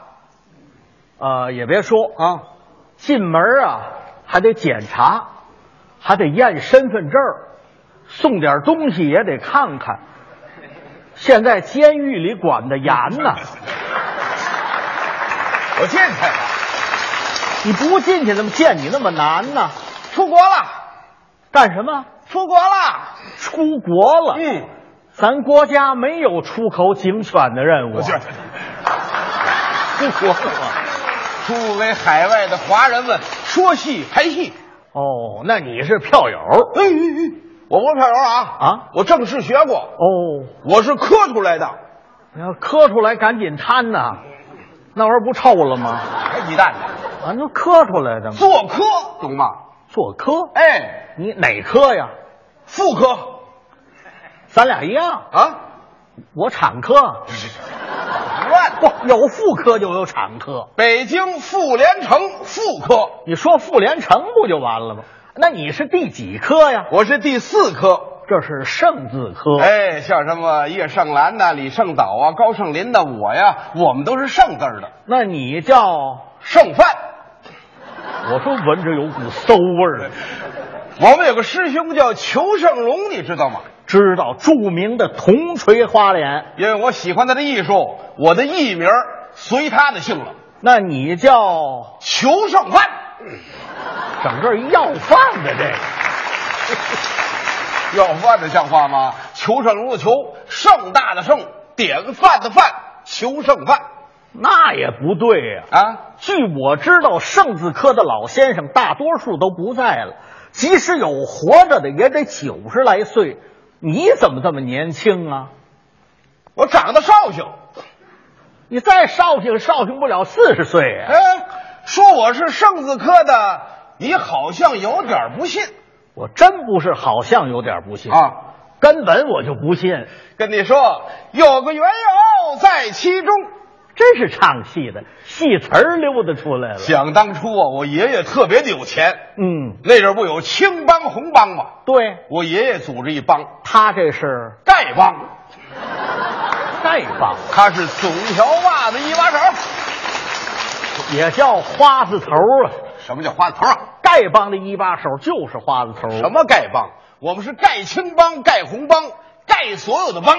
[SPEAKER 4] 啊，也别说，
[SPEAKER 6] 啊！
[SPEAKER 4] 进门啊还得检查，还得验身份证儿，送点东西也得看看。现在监狱里管的严呐，
[SPEAKER 6] 我进去了，
[SPEAKER 4] 你不进去怎么见你那么难呢？
[SPEAKER 6] 出国了，
[SPEAKER 4] 干什么？
[SPEAKER 6] 出国了。
[SPEAKER 4] 出国了？
[SPEAKER 6] 嗯，
[SPEAKER 4] 咱国家没有出口警犬的任务
[SPEAKER 6] 我
[SPEAKER 4] 啊。
[SPEAKER 6] 去，出国了，出为海外的华人们说戏拍戏。
[SPEAKER 4] 哦，那你是票友
[SPEAKER 6] 哎哎哎，我不是票友啊
[SPEAKER 4] 啊
[SPEAKER 6] 我正式学过，
[SPEAKER 4] 哦。
[SPEAKER 6] 我是科出来的，
[SPEAKER 4] 你要磕出来赶紧摊呐，那玩意儿不臭了吗？
[SPEAKER 6] 还鸡蛋呢，
[SPEAKER 4] 啊，那磕出来的吗？
[SPEAKER 6] 做科懂吗？
[SPEAKER 4] 做磕，
[SPEAKER 6] 哎，
[SPEAKER 4] 你哪磕呀？
[SPEAKER 6] 副科
[SPEAKER 4] 咱俩一样，
[SPEAKER 6] 啊，
[SPEAKER 4] 我产科，
[SPEAKER 6] 乱
[SPEAKER 4] 不有妇科就有产科。
[SPEAKER 6] 北京妇联城妇科，
[SPEAKER 4] 你说妇联城不就完了吗？那你是第几科呀？
[SPEAKER 6] 我是第四
[SPEAKER 1] 哦
[SPEAKER 6] 科。
[SPEAKER 4] 这是圣字科。，
[SPEAKER 6] 哎，像什么叶圣兰呐、李圣藻啊、高圣林呐、我呀，我们都是圣字儿的
[SPEAKER 4] 那你叫
[SPEAKER 6] 剩饭。
[SPEAKER 4] 我说闻着有股馊味儿，
[SPEAKER 6] 我们有个师兄叫裘圣龙，你知道吗？
[SPEAKER 4] 知道著名的铜锤花脸。
[SPEAKER 6] 因为我喜欢他的艺术，我的艺名儿随他的姓了，
[SPEAKER 4] 那你叫
[SPEAKER 6] 裘圣范。
[SPEAKER 4] 整个一要饭的这个。
[SPEAKER 6] 要饭的像话吗？裘圣龙的裘，盛大的盛，典范的范，裘圣范
[SPEAKER 4] 那也不对呀、
[SPEAKER 6] 啊！
[SPEAKER 4] 据我知道，圣字科的老先生大多数都不在了，即使有活着的，也得九十来岁。你怎么这么年轻啊？
[SPEAKER 6] 我长得绍兴，
[SPEAKER 4] 你再绍兴，绍兴不了四十岁呀、
[SPEAKER 6] 哎，说我是圣字科的，你好像有点儿不信
[SPEAKER 4] 我真不是，好像有点不信，
[SPEAKER 6] 啊。
[SPEAKER 4] 根本我就不信，
[SPEAKER 6] 跟你说，有个缘由在其中。
[SPEAKER 4] 真是唱戏的，戏词儿溜达出来了。
[SPEAKER 6] 想当初啊，我爷爷特别的有钱，
[SPEAKER 4] 嗯，
[SPEAKER 6] 那阵儿不有青帮红帮吗？
[SPEAKER 4] 对
[SPEAKER 6] 我爷爷组织一帮
[SPEAKER 4] 他这是
[SPEAKER 6] 丐帮，
[SPEAKER 4] 丐帮，
[SPEAKER 6] 他是总条袜子一把手。
[SPEAKER 4] 也叫花字头啊。
[SPEAKER 6] 什么叫花头啊？
[SPEAKER 4] 丐帮的一把手就是花字头，
[SPEAKER 3] 哦
[SPEAKER 6] 什么丐帮？我们是丐青帮、丐红帮、丐所有的帮，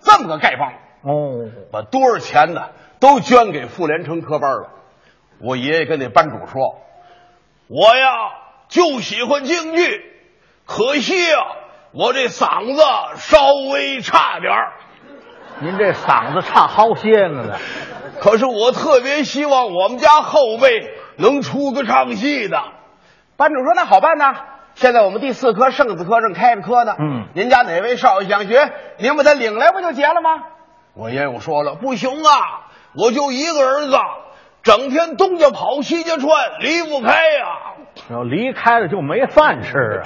[SPEAKER 6] 这么个丐帮。
[SPEAKER 4] 哦，
[SPEAKER 6] 把多少钱呢都捐给妇联城科班了。我爷爷跟那班主说：“我呀就喜欢京剧，可惜呀、我这嗓子稍微差点儿。
[SPEAKER 4] 您这嗓子差好些呢呢。
[SPEAKER 6] 可是我特别希望我们家后辈能出个唱戏的。”班主说：“那好办呐。”现在我们第四科圣子科正开着科呢，
[SPEAKER 4] 嗯
[SPEAKER 6] 您家哪位少爷想学，您把他领来不就结了吗？我爷爷我说了，不行啊，我就一个儿子，整天东家跑西家窜，离不开啊呀、
[SPEAKER 3] 要离开了就没饭吃啊！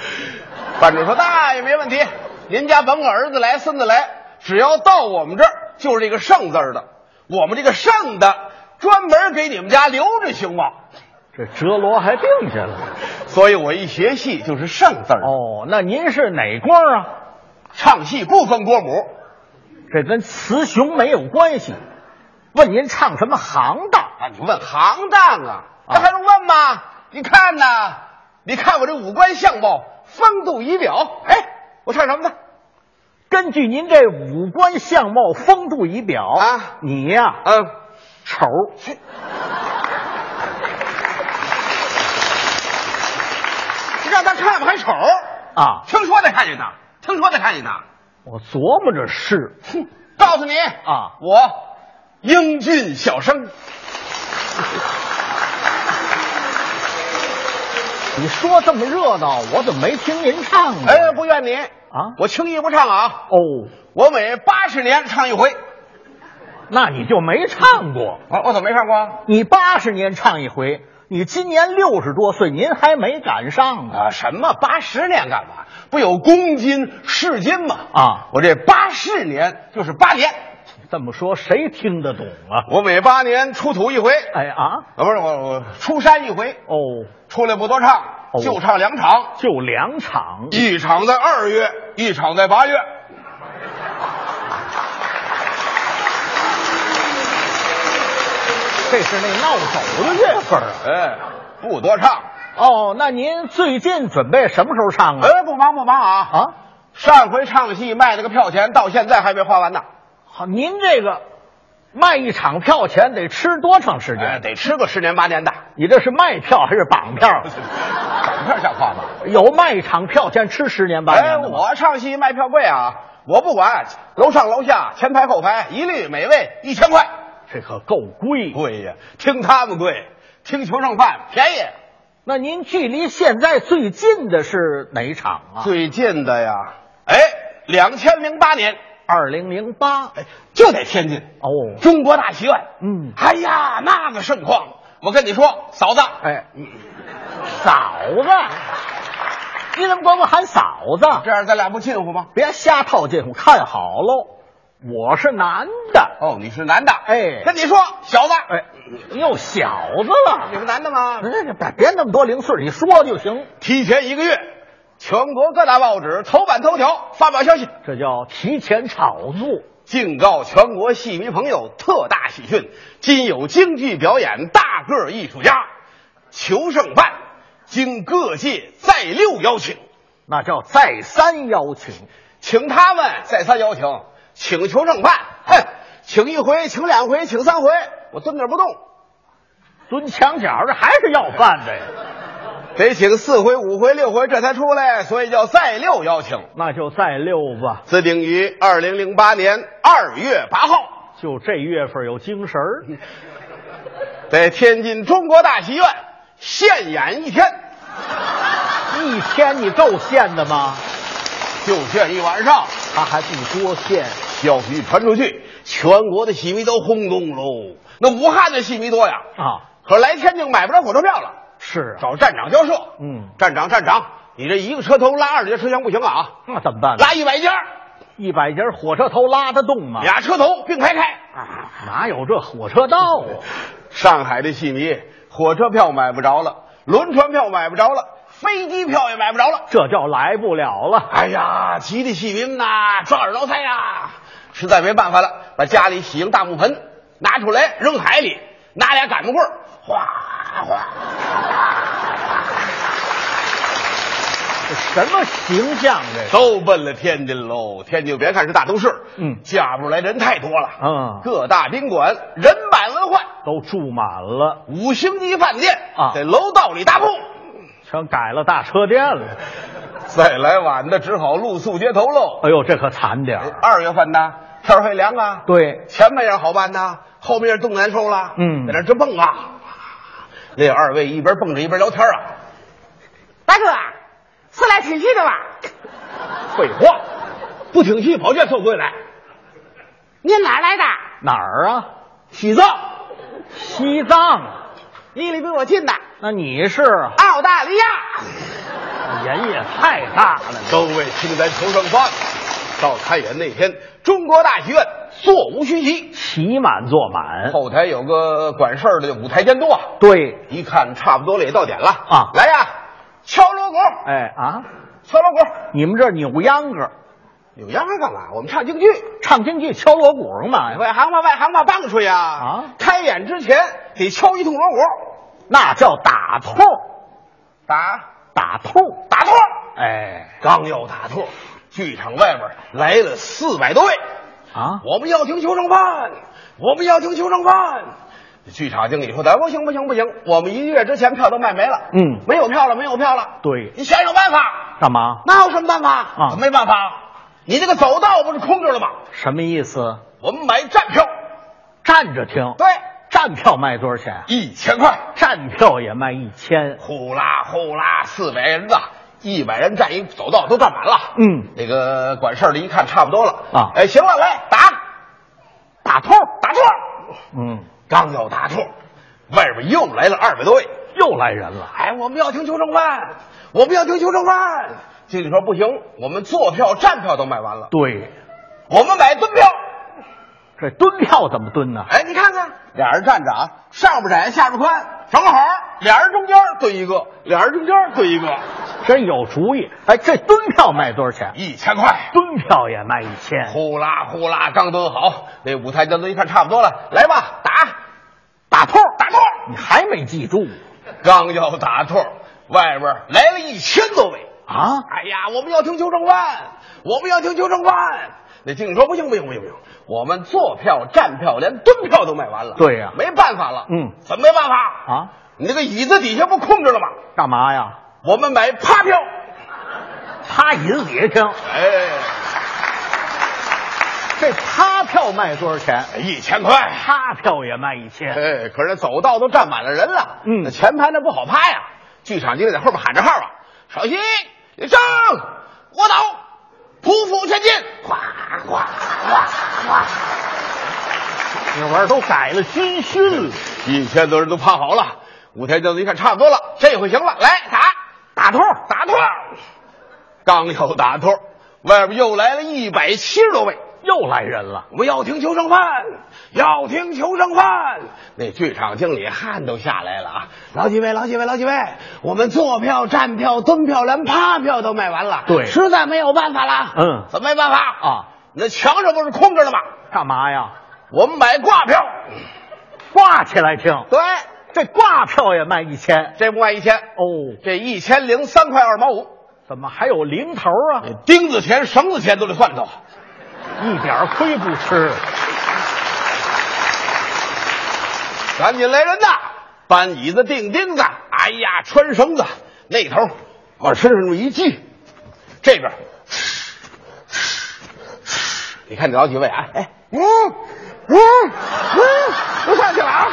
[SPEAKER 6] 班主说：“大爷没问题，您家甭管儿子来孙子来，只要到我们这儿，就是这个剩字儿的，我们这个剩的专门给你们家留着，行吗
[SPEAKER 3] 这折罗还定下了。？”
[SPEAKER 6] 所以我一学戏就是剩字儿的，
[SPEAKER 3] 哦，那您是哪官儿啊？
[SPEAKER 6] 唱戏不分国母，
[SPEAKER 3] 这跟雌雄没有关系。问您唱什么行当？
[SPEAKER 6] 啊，你问行当啊，
[SPEAKER 3] 哦
[SPEAKER 6] 那还用问吗？你看呐、你看我这五官相貌、风度仪表，哎，我唱什么的？
[SPEAKER 3] 根据您这五官相貌、风度仪表
[SPEAKER 6] 啊
[SPEAKER 3] 你呀、
[SPEAKER 6] 嗯，
[SPEAKER 3] 丑。
[SPEAKER 6] 让他看我还丑
[SPEAKER 3] 啊
[SPEAKER 6] 听说得看见他，听说得看见他。
[SPEAKER 3] 我琢磨着是，
[SPEAKER 6] 哼，告诉你
[SPEAKER 3] 啊
[SPEAKER 6] 我英俊小生，
[SPEAKER 3] 你说这么热闹，我怎么没听您唱呢？
[SPEAKER 6] 哎，不怨你
[SPEAKER 3] 啊
[SPEAKER 6] 我轻易不唱啊，
[SPEAKER 3] 哦，
[SPEAKER 6] 我每八十年唱一回。
[SPEAKER 3] 那你就没唱过。
[SPEAKER 6] 啊我我怎么没唱过啊？
[SPEAKER 3] 你八十年唱一回，你今年六十多岁，您还没赶上呢。
[SPEAKER 6] 啊，什么八十年干嘛？不有公斤、市斤吗？
[SPEAKER 3] 啊
[SPEAKER 6] 我这八十年就是八年，
[SPEAKER 3] 这么说谁听得懂啊？
[SPEAKER 6] 我每八年出土一回，
[SPEAKER 3] 哎啊，
[SPEAKER 6] 啊，不是我我出山一回，
[SPEAKER 3] 哦，
[SPEAKER 6] 出来不多唱，
[SPEAKER 3] 哦
[SPEAKER 6] 就唱两场，
[SPEAKER 3] 就两场，
[SPEAKER 6] 一场在二月，一场在八月。
[SPEAKER 3] 这是那闹走的月份啊。
[SPEAKER 6] 哎，不多唱，
[SPEAKER 3] 哦，那您最近准备什么时候唱啊？
[SPEAKER 6] 哎，不忙不忙啊
[SPEAKER 3] 啊，
[SPEAKER 6] 上回唱戏卖那个票钱，到现在还没花完呢。
[SPEAKER 3] 好，您这个卖一场票钱得吃多长时间？
[SPEAKER 6] 哎，得吃个十年八年的，
[SPEAKER 3] 你这是卖票还是绑票？
[SPEAKER 6] 长票像话吗？
[SPEAKER 3] 有卖一场票钱吃十年八
[SPEAKER 6] 哎，
[SPEAKER 3] 年的吗？
[SPEAKER 6] 我唱戏卖票贵啊，我不管，楼上楼下前排后排，一律每位一千块。
[SPEAKER 3] 这可够贵。
[SPEAKER 6] 贵呀，听他们贵，听球剩饭便宜。
[SPEAKER 3] 那您距离现在最近的是哪一场啊？
[SPEAKER 6] 最近的呀，哎，两千零八年，
[SPEAKER 3] 二零零八。
[SPEAKER 6] 哎，就在天津，
[SPEAKER 3] 哦，
[SPEAKER 6] 中国大戏院。
[SPEAKER 3] 嗯
[SPEAKER 6] 哎呀，那个盛况，我跟你说，嫂子，
[SPEAKER 3] 哎，嫂子，你怎么管我喊嫂子？
[SPEAKER 6] 这样咱俩不近乎吗？
[SPEAKER 3] 别瞎套近乎，看好喽，我啊是男的。
[SPEAKER 6] 哦，你是男的，
[SPEAKER 3] 哎
[SPEAKER 6] 跟你说，小子，
[SPEAKER 3] 哎，你有小子
[SPEAKER 6] 你
[SPEAKER 3] 了？
[SPEAKER 6] 是男的吗？
[SPEAKER 3] 别别别那么多零碎，你说就行。
[SPEAKER 6] 提前一个月，全国各大报纸头版头条发表消息，
[SPEAKER 3] 这叫提前炒作。
[SPEAKER 6] 警告全国戏迷朋友特大喜讯：今有京剧表演大个儿艺术家裘胜范，经各界再六邀请，
[SPEAKER 3] 那叫再三邀请，
[SPEAKER 6] 请他们再三邀请，请裘胜范，哼，请一回，请两回，请三回，我蹲那儿不动，
[SPEAKER 3] 蹲墙角这还是要饭的呀。
[SPEAKER 6] 得请四回、五回、六回，这才出来，所以叫再六邀请。
[SPEAKER 3] 那就再溜吧，
[SPEAKER 6] 自定于二零零八年二月八号，
[SPEAKER 3] 就这月份有精神 儿。
[SPEAKER 6] 在天津中国大戏院现 演一天，
[SPEAKER 3] 一天你够现的吗？
[SPEAKER 6] 就这一晚上，
[SPEAKER 3] 他还不多现。
[SPEAKER 6] 消息一传出去，全国的戏迷都轰动喽。那武汉的戏迷多呀，
[SPEAKER 3] 啊，
[SPEAKER 6] 可是来天津买不着火车票了，
[SPEAKER 3] 是啊，
[SPEAKER 6] 找站长交涉。
[SPEAKER 3] 嗯
[SPEAKER 6] 站长，站长，你这一个车头拉二节车厢不行啊，
[SPEAKER 3] 那啊怎么办呢？
[SPEAKER 6] 拉一百家，
[SPEAKER 3] 一百节火车头拉得动吗？
[SPEAKER 6] 俩车头并排开。
[SPEAKER 3] 啊哪有这火车道啊？
[SPEAKER 6] 上海的戏迷，火车票买不着了，轮船票买不着了，飞机票也买不着了。
[SPEAKER 3] 这叫来不了了。
[SPEAKER 6] 哎呀，急的戏民呐，抓耳挠腮呀！实在没办法了，把家里喜迎大木盆拿出来扔海里，拿俩擀面棍儿哗哗，
[SPEAKER 3] 这什么形象啊这是？
[SPEAKER 6] 都奔了天津喽。天津别看是大都市，
[SPEAKER 3] 嗯
[SPEAKER 6] 架不住来人太多了，
[SPEAKER 3] 嗯
[SPEAKER 6] 各大宾馆人满为患，
[SPEAKER 3] 都住满了，
[SPEAKER 6] 五星级饭店
[SPEAKER 3] 啊
[SPEAKER 6] 在楼道里搭铺。
[SPEAKER 3] 全改了大车店了。
[SPEAKER 6] 再来晚的只好露宿街头喽。
[SPEAKER 3] 哎呦，这可惨点儿。
[SPEAKER 6] 二月份呢，天儿还凉啊，
[SPEAKER 3] 对，
[SPEAKER 6] 前半样好办呐，后半样冻难受了。
[SPEAKER 3] 嗯
[SPEAKER 6] 在那直蹦啊。那二位一边蹦着一边聊天啊。大哥，是来听戏的吧？废话，不听戏跑这凑会来。
[SPEAKER 7] 您哪儿来的？
[SPEAKER 3] 哪儿啊？
[SPEAKER 6] 洗澡。
[SPEAKER 3] 西藏啊，
[SPEAKER 5] 你离比我近呐，
[SPEAKER 3] 那你是
[SPEAKER 5] 澳大利亚。
[SPEAKER 3] 人也太大了，
[SPEAKER 6] 各位听咱说上饭。到开演那天，中国大剧院座无虚席，
[SPEAKER 3] 起满坐满。
[SPEAKER 6] 后台有个管事儿的舞台监督啊，
[SPEAKER 3] 对，
[SPEAKER 6] 一看差不多了，也到点了
[SPEAKER 3] 啊
[SPEAKER 6] 来呀，敲锣鼓，
[SPEAKER 3] 哎啊，
[SPEAKER 6] 敲锣鼓，
[SPEAKER 3] 你们这扭秧歌、
[SPEAKER 6] 有秧歌干嘛？我们唱京剧。
[SPEAKER 3] 唱京剧、敲锣鼓干嘛呀？
[SPEAKER 6] 哎外行吧，外行吧，棒槌呀！
[SPEAKER 3] 啊
[SPEAKER 6] 开演之前得敲一通锣鼓，
[SPEAKER 3] 那叫打兔，
[SPEAKER 6] 打
[SPEAKER 3] 打兔，
[SPEAKER 6] 打托。
[SPEAKER 3] 哎
[SPEAKER 6] 刚要打托，剧场外边来了四百多位，
[SPEAKER 3] 啊，
[SPEAKER 6] 我们要听求生饭，我们要听求生饭。剧场经理说：“咱不行不行不行，我们一个月之前票都卖没了，
[SPEAKER 3] 嗯
[SPEAKER 6] 没有票了，没有票了。
[SPEAKER 3] 对
[SPEAKER 6] 你想想办法，
[SPEAKER 3] 干嘛？
[SPEAKER 6] 那有什么办法？
[SPEAKER 3] 啊
[SPEAKER 6] 没办法，你这个走道不是空着了吗？
[SPEAKER 3] 什么意思？
[SPEAKER 6] 我们买站票，
[SPEAKER 3] 站着听。
[SPEAKER 6] 对，
[SPEAKER 3] 站票卖多少钱？
[SPEAKER 6] 一千块。”
[SPEAKER 3] 站票也卖一千。
[SPEAKER 6] 呼啦呼啦，四百人呐，一百人站一走道都站满了。
[SPEAKER 3] 嗯，
[SPEAKER 6] 那个管事儿的一看差不多了
[SPEAKER 3] 啊
[SPEAKER 6] 哎，行了，来打，打兔，打兔。
[SPEAKER 3] 嗯，
[SPEAKER 6] 刚要打兔，外边又来了二百多位。
[SPEAKER 3] 又来人了。
[SPEAKER 6] 哎，我们要听求生饭，我们要听求生饭。经理说不行，我们坐票、站票都卖完了，
[SPEAKER 3] 对，
[SPEAKER 6] 我们买蹲票。
[SPEAKER 3] 这蹲票怎么蹲呢？
[SPEAKER 6] 哎，你看看，俩人站着啊，上边窄，下边宽，正好俩人中间蹲一个，俩人中间蹲一个，
[SPEAKER 3] 真有主意。哎，这蹲票卖多少钱？
[SPEAKER 6] 一千块。
[SPEAKER 3] 蹲票也卖一千。
[SPEAKER 6] 呼啦呼啦，刚蹲好，那舞台监督一看差不多了，来吧，打，
[SPEAKER 3] 打兔，
[SPEAKER 6] 打兔
[SPEAKER 3] 你还没记住
[SPEAKER 6] 啊刚要打兔，外边来了一千多位。
[SPEAKER 3] 啊？
[SPEAKER 6] 哎呀，我们要听邱正万，我们要听邱正万。那经理说不行不行不行不行，我们坐票、站票连蹲票都卖完了。
[SPEAKER 3] 对呀
[SPEAKER 6] 没办法了。
[SPEAKER 3] 嗯
[SPEAKER 6] 怎么没办法
[SPEAKER 3] 啊？
[SPEAKER 6] 你那个椅子底下不空着了吗？
[SPEAKER 3] 干嘛呀？
[SPEAKER 6] 我们买趴票。
[SPEAKER 3] 趴椅子底下听。
[SPEAKER 6] 哎，
[SPEAKER 3] 这趴票卖多少钱？
[SPEAKER 6] 一千块。
[SPEAKER 3] 趴票也卖一千。
[SPEAKER 6] 哎，可是走道都站满了人了，
[SPEAKER 3] 嗯
[SPEAKER 6] 那前排那不好趴呀。剧场经理在后边喊着号啊：“稍息，立正，卧倒，匍匐前进，哗哗哗哗。
[SPEAKER 3] 这玩意儿都改了军训了。”
[SPEAKER 6] 一千多人都趴好了，舞台监督一看差不多了，这回行了，来打打兔打兔，刚要打兔，外边又来了一百七十多位。
[SPEAKER 3] 又来人了。
[SPEAKER 6] 我们要听求生饭，要听求生饭。那剧场经理汗都下来了啊！老几位，老几位，老几位，我们坐票、站票、蹲票，连趴票都卖完了，
[SPEAKER 3] 对
[SPEAKER 6] 实在没有办法了。
[SPEAKER 3] 嗯
[SPEAKER 6] 怎么没办法
[SPEAKER 3] 啊？
[SPEAKER 6] 那墙上不是空着的吗？
[SPEAKER 3] 干嘛呀？
[SPEAKER 6] 我们买挂票，
[SPEAKER 3] 挂起来听。
[SPEAKER 6] 对，
[SPEAKER 3] 这挂票也卖一千。
[SPEAKER 6] 这不卖一千，
[SPEAKER 3] 哦，
[SPEAKER 6] 这一千零三块二毛五，
[SPEAKER 3] 怎么还有零头啊？
[SPEAKER 6] 钉子钱、绳子钱都得算到。
[SPEAKER 3] 一点亏不吃。
[SPEAKER 6] 赶紧来人呐！搬椅子、钉钉子，哎呀，穿绳子，那头往身上这么一系，这边，你看这老几位啊，哎，嗯嗯嗯，都上去了啊！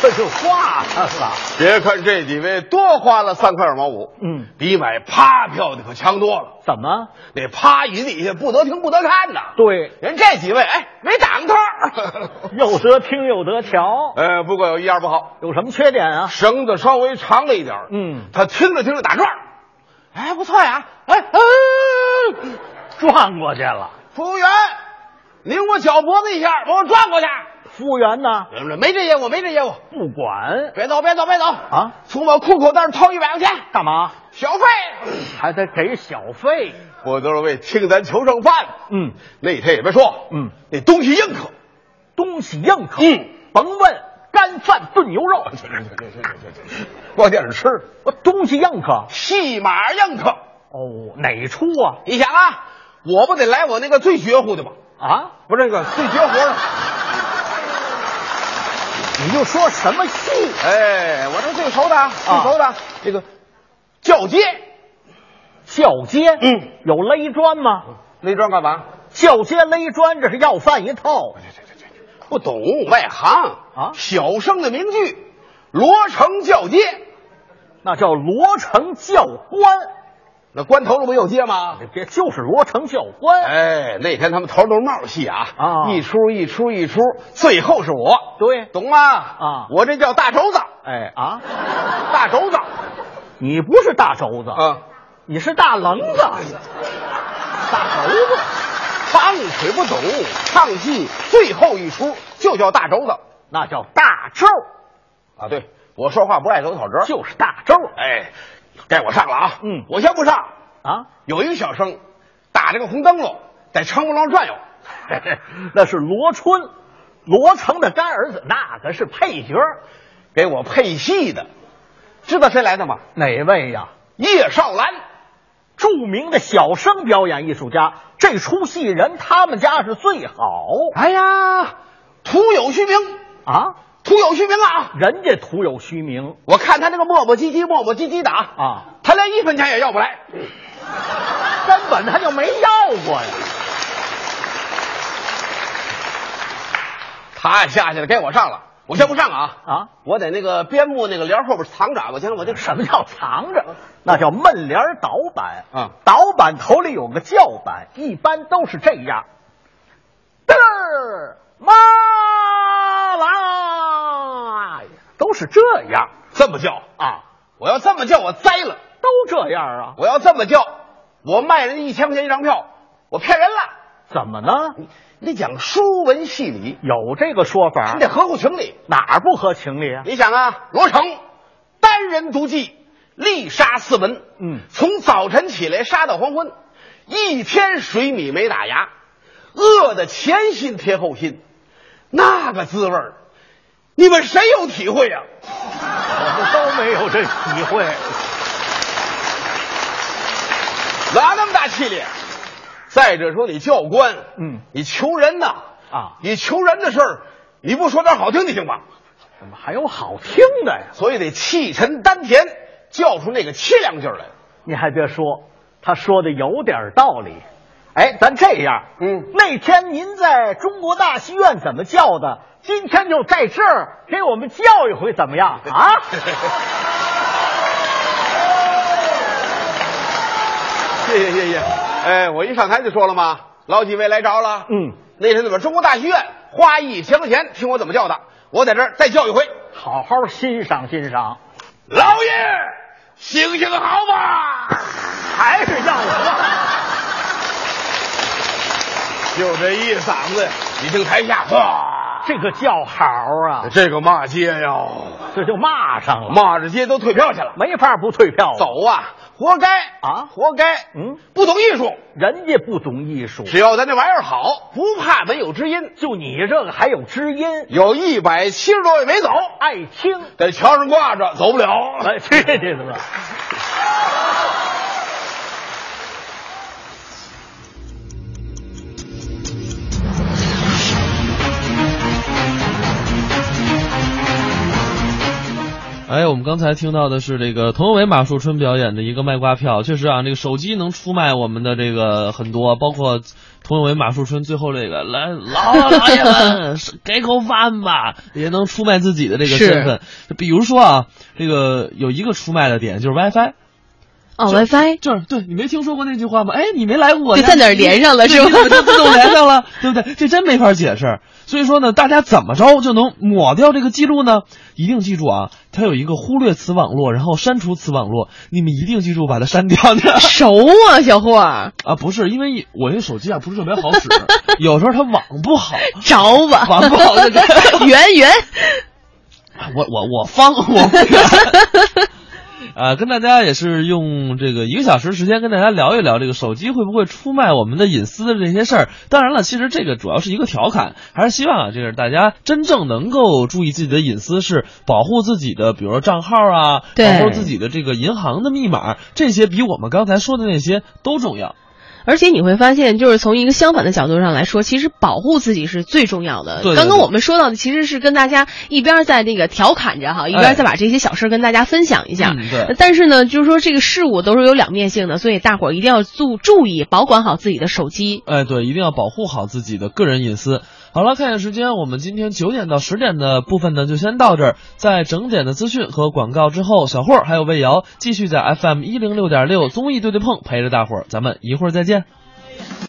[SPEAKER 3] 这就挂上了。
[SPEAKER 6] 别看这几位多花了三块二毛五，
[SPEAKER 3] 嗯，
[SPEAKER 6] 比买趴票的可强多了。
[SPEAKER 3] 怎么？
[SPEAKER 6] 那趴椅底下不得停不得看呐，
[SPEAKER 3] 对，
[SPEAKER 6] 人这几位哎没挡 头儿，
[SPEAKER 3] 又得听又得瞧，
[SPEAKER 6] 呃，不过有一样不好，
[SPEAKER 3] 有什么缺点啊？
[SPEAKER 6] 绳子稍微长了一点儿
[SPEAKER 3] 嗯
[SPEAKER 6] 他听着听着打转儿，哎，不错呀，哎哎，
[SPEAKER 3] 转过去了。
[SPEAKER 6] 服务员，您给我脚脖子一下，把我转过去。
[SPEAKER 3] 服务员呢？
[SPEAKER 6] 没这业务，没这业务，
[SPEAKER 3] 不管
[SPEAKER 6] 别走，别走，别走
[SPEAKER 3] 啊！
[SPEAKER 6] 从我裤口袋掏一百块钱
[SPEAKER 3] 干嘛？
[SPEAKER 6] 小费。
[SPEAKER 3] 还得给小费。
[SPEAKER 6] 我各位听咱求剩饭，
[SPEAKER 3] 嗯，
[SPEAKER 6] 那天也别说，
[SPEAKER 3] 嗯，
[SPEAKER 6] 那东西硬可。
[SPEAKER 3] 东西硬口。
[SPEAKER 6] 嗯，
[SPEAKER 3] 甭问，干饭炖牛肉，
[SPEAKER 6] 光惦着吃，
[SPEAKER 3] 我东西硬口。
[SPEAKER 6] 戏码硬可。
[SPEAKER 3] 哦，哪出啊？
[SPEAKER 6] 你想啊，我不得来我那个最绝乎的吗？
[SPEAKER 3] 啊，
[SPEAKER 6] 不是那个最绝活的。
[SPEAKER 3] 你就说什么戏？
[SPEAKER 6] 哎，我这最熟的，啊，最熟的这个叫街，
[SPEAKER 3] 叫街，
[SPEAKER 6] 嗯，
[SPEAKER 3] 有勒砖吗？
[SPEAKER 6] 那桩干嘛？
[SPEAKER 3] 叫街勒砖，这是要饭一套。
[SPEAKER 6] 不懂，外行
[SPEAKER 3] 啊
[SPEAKER 6] 小生的名句，罗成叫街，
[SPEAKER 3] 那叫罗成教官，
[SPEAKER 6] 那关头了不有借吗？
[SPEAKER 4] 这就是罗成教官。
[SPEAKER 6] 哎，那天他们头头闹戏啊，
[SPEAKER 4] 啊
[SPEAKER 6] 一出一出一出，最后是我，
[SPEAKER 4] 对
[SPEAKER 6] 懂吗？
[SPEAKER 4] 啊
[SPEAKER 6] 我这叫大轴子，
[SPEAKER 4] 哎啊，
[SPEAKER 6] 大轴子，
[SPEAKER 4] 你不是大轴子，
[SPEAKER 6] 啊，
[SPEAKER 4] 你是大棱子。
[SPEAKER 6] 嗯
[SPEAKER 4] 大轴子，
[SPEAKER 6] 唱曲不懂，唱戏最后一出就叫大轴子
[SPEAKER 4] 那叫大咒，
[SPEAKER 6] 啊。对我说话不爱走草辙，
[SPEAKER 4] 就是大咒
[SPEAKER 6] 哎，该我上了啊，
[SPEAKER 4] 嗯
[SPEAKER 6] 我先不上，
[SPEAKER 4] 啊。
[SPEAKER 6] 有一个小生打着个红灯笼在长风廊转悠，
[SPEAKER 4] 那是罗春，罗成的干儿子，那可是配角。
[SPEAKER 6] 给我配戏的，知道谁来的吗？
[SPEAKER 4] 哪位呀？
[SPEAKER 6] 叶少兰。
[SPEAKER 4] 著名的小生表演艺术家，这出戏人他们家是最好
[SPEAKER 6] 哎呀，徒有虚名，
[SPEAKER 4] 啊，
[SPEAKER 6] 徒有虚名啊！
[SPEAKER 4] 人家徒有虚名
[SPEAKER 6] 我看他那个磨磨唧唧、磨磨唧唧的啊，
[SPEAKER 4] 啊，
[SPEAKER 6] 他连一分钱也要不来。
[SPEAKER 4] 根本他就没要过呀。
[SPEAKER 6] 他下去了，该我上了，我先不上了啊！
[SPEAKER 4] 啊，
[SPEAKER 6] 我在那个边幕那个帘后边藏爪子去了，我就
[SPEAKER 4] 什么叫藏着？那叫闷帘儿倒板
[SPEAKER 6] 啊
[SPEAKER 4] 倒板头里有个叫板，一般都是这样。嘚儿嘛啦，都是这样
[SPEAKER 6] 这么叫。
[SPEAKER 4] 啊，
[SPEAKER 6] 我要这么叫，我栽了；
[SPEAKER 4] 都这样啊？
[SPEAKER 6] 我要这么叫，我卖人一千块钱一张票，我骗人了。
[SPEAKER 4] 怎么呢？
[SPEAKER 6] 你讲书文戏理，
[SPEAKER 4] 有这个说法
[SPEAKER 6] 你？得合乎情理。
[SPEAKER 4] 哪儿不合情理啊？
[SPEAKER 6] 你想啊，罗成单人独骑，力杀四门。
[SPEAKER 4] 嗯
[SPEAKER 6] 从早晨起来杀到黄昏，一天水米没打牙，饿得前心贴后心，那个滋味儿，你们谁有体会呀、
[SPEAKER 4] 我们都没有这体会。
[SPEAKER 6] 哪那么大气力？啊再者说，你教官，
[SPEAKER 4] 嗯
[SPEAKER 6] 你求人呐，
[SPEAKER 4] 啊
[SPEAKER 6] 你求人的事儿，你不说点好听的行吗？
[SPEAKER 4] 怎么还有好听的呀？
[SPEAKER 6] 所以得气沉丹田，叫出那个凄凉劲儿来。
[SPEAKER 4] 你还别说，他说的有点道理。哎，咱这样，
[SPEAKER 6] 嗯
[SPEAKER 4] 那天您在中国大戏院怎么叫的？今天就在这儿给我们叫一回，怎么样啊？
[SPEAKER 6] 谢谢谢谢。哎，我一上台就说了嘛，老几位来着了。
[SPEAKER 4] 嗯，
[SPEAKER 6] 那天那边中国大剧院花一千块钱，听我怎么叫的。我在这儿再叫一回，
[SPEAKER 4] 好好欣赏欣赏，
[SPEAKER 6] 老爷，行行好吧。
[SPEAKER 4] 还是要我
[SPEAKER 6] 就这一嗓子，你听台下哇，
[SPEAKER 4] 这个叫 好啊，
[SPEAKER 6] 这个骂街呀，
[SPEAKER 4] 这就骂上了，
[SPEAKER 6] 骂着街都退票去了。
[SPEAKER 4] 没法不退票。，
[SPEAKER 6] 走啊，活该
[SPEAKER 4] 啊
[SPEAKER 6] 活该。
[SPEAKER 4] 嗯，
[SPEAKER 6] 不懂艺术，
[SPEAKER 4] 人家不懂艺术，
[SPEAKER 6] 只要咱这玩意儿好，不怕没有知音。
[SPEAKER 4] 就你这个还有知音，
[SPEAKER 6] 有一百七十多位没走，
[SPEAKER 4] 爱听。
[SPEAKER 6] 在桥上挂着，走不了。
[SPEAKER 4] 哎，去你的吧！
[SPEAKER 1] 哎，我们刚才听到的是这个佟有为、马树春表演的一个卖瓜票，确实啊，这个手机能出卖我们的这个很多，包括佟有为、马树春最后这个来老老爷们是给口饭吧，也能出卖自己的这个身份。比如说啊，这个有一个出卖的点就是 WiFi，
[SPEAKER 2] 哦，WiFi
[SPEAKER 1] 就是对你没听说过那句话吗？哎，你没来过我
[SPEAKER 2] 就
[SPEAKER 1] 家，
[SPEAKER 2] 在哪儿连上了是吧
[SPEAKER 1] 对你怎么就自动连上了， 对不对？这真没法解释。所以说呢，大家怎么着就能抹掉这个记录呢？一定记住啊，它有一个忽略此网络，然后删除此网络，你们一定记住把它删掉。
[SPEAKER 2] 熟啊，小霍儿，
[SPEAKER 1] 啊，不是，因为我这手机啊不是特别好使，有时候它网不好，
[SPEAKER 2] 着吧，
[SPEAKER 1] 网不好就这样
[SPEAKER 2] 圆圆，
[SPEAKER 1] 我我我方我不圆。啊，跟大家也是用这个一个小时时间跟大家聊一聊这个手机会不会出卖我们的隐私的这些事儿。当然了，其实这个主要是一个调侃，还是希望啊，这个大家真正能够注意自己的隐私，是保护自己的，比如说账号啊，
[SPEAKER 2] 对
[SPEAKER 1] 保护自己的这个银行的密码，这些比我们刚才说的那些都重要。
[SPEAKER 2] 而且你会发现，就是从一个相反的角度上来说，其实保护自己是最重要的。
[SPEAKER 1] 对对
[SPEAKER 2] 刚刚我们说到的，其实是跟大家一边在那个调侃着哈，一边在把这些小事儿跟大家分享一下。
[SPEAKER 1] 嗯对
[SPEAKER 2] 但是呢，就是说这个事物都是有两面性的，所以大伙儿一定要注注意保管好自己的手机。
[SPEAKER 1] 呃哎，对，一定要保护好自己的个人隐私。好了，看一下时间，我们今天九点到十点的部分呢，就先到这儿。在整点的资讯和广告之后，小霍儿还有魏瑶继续在 FM 一零六点六综艺对对碰陪着大伙儿，咱们一会儿再见。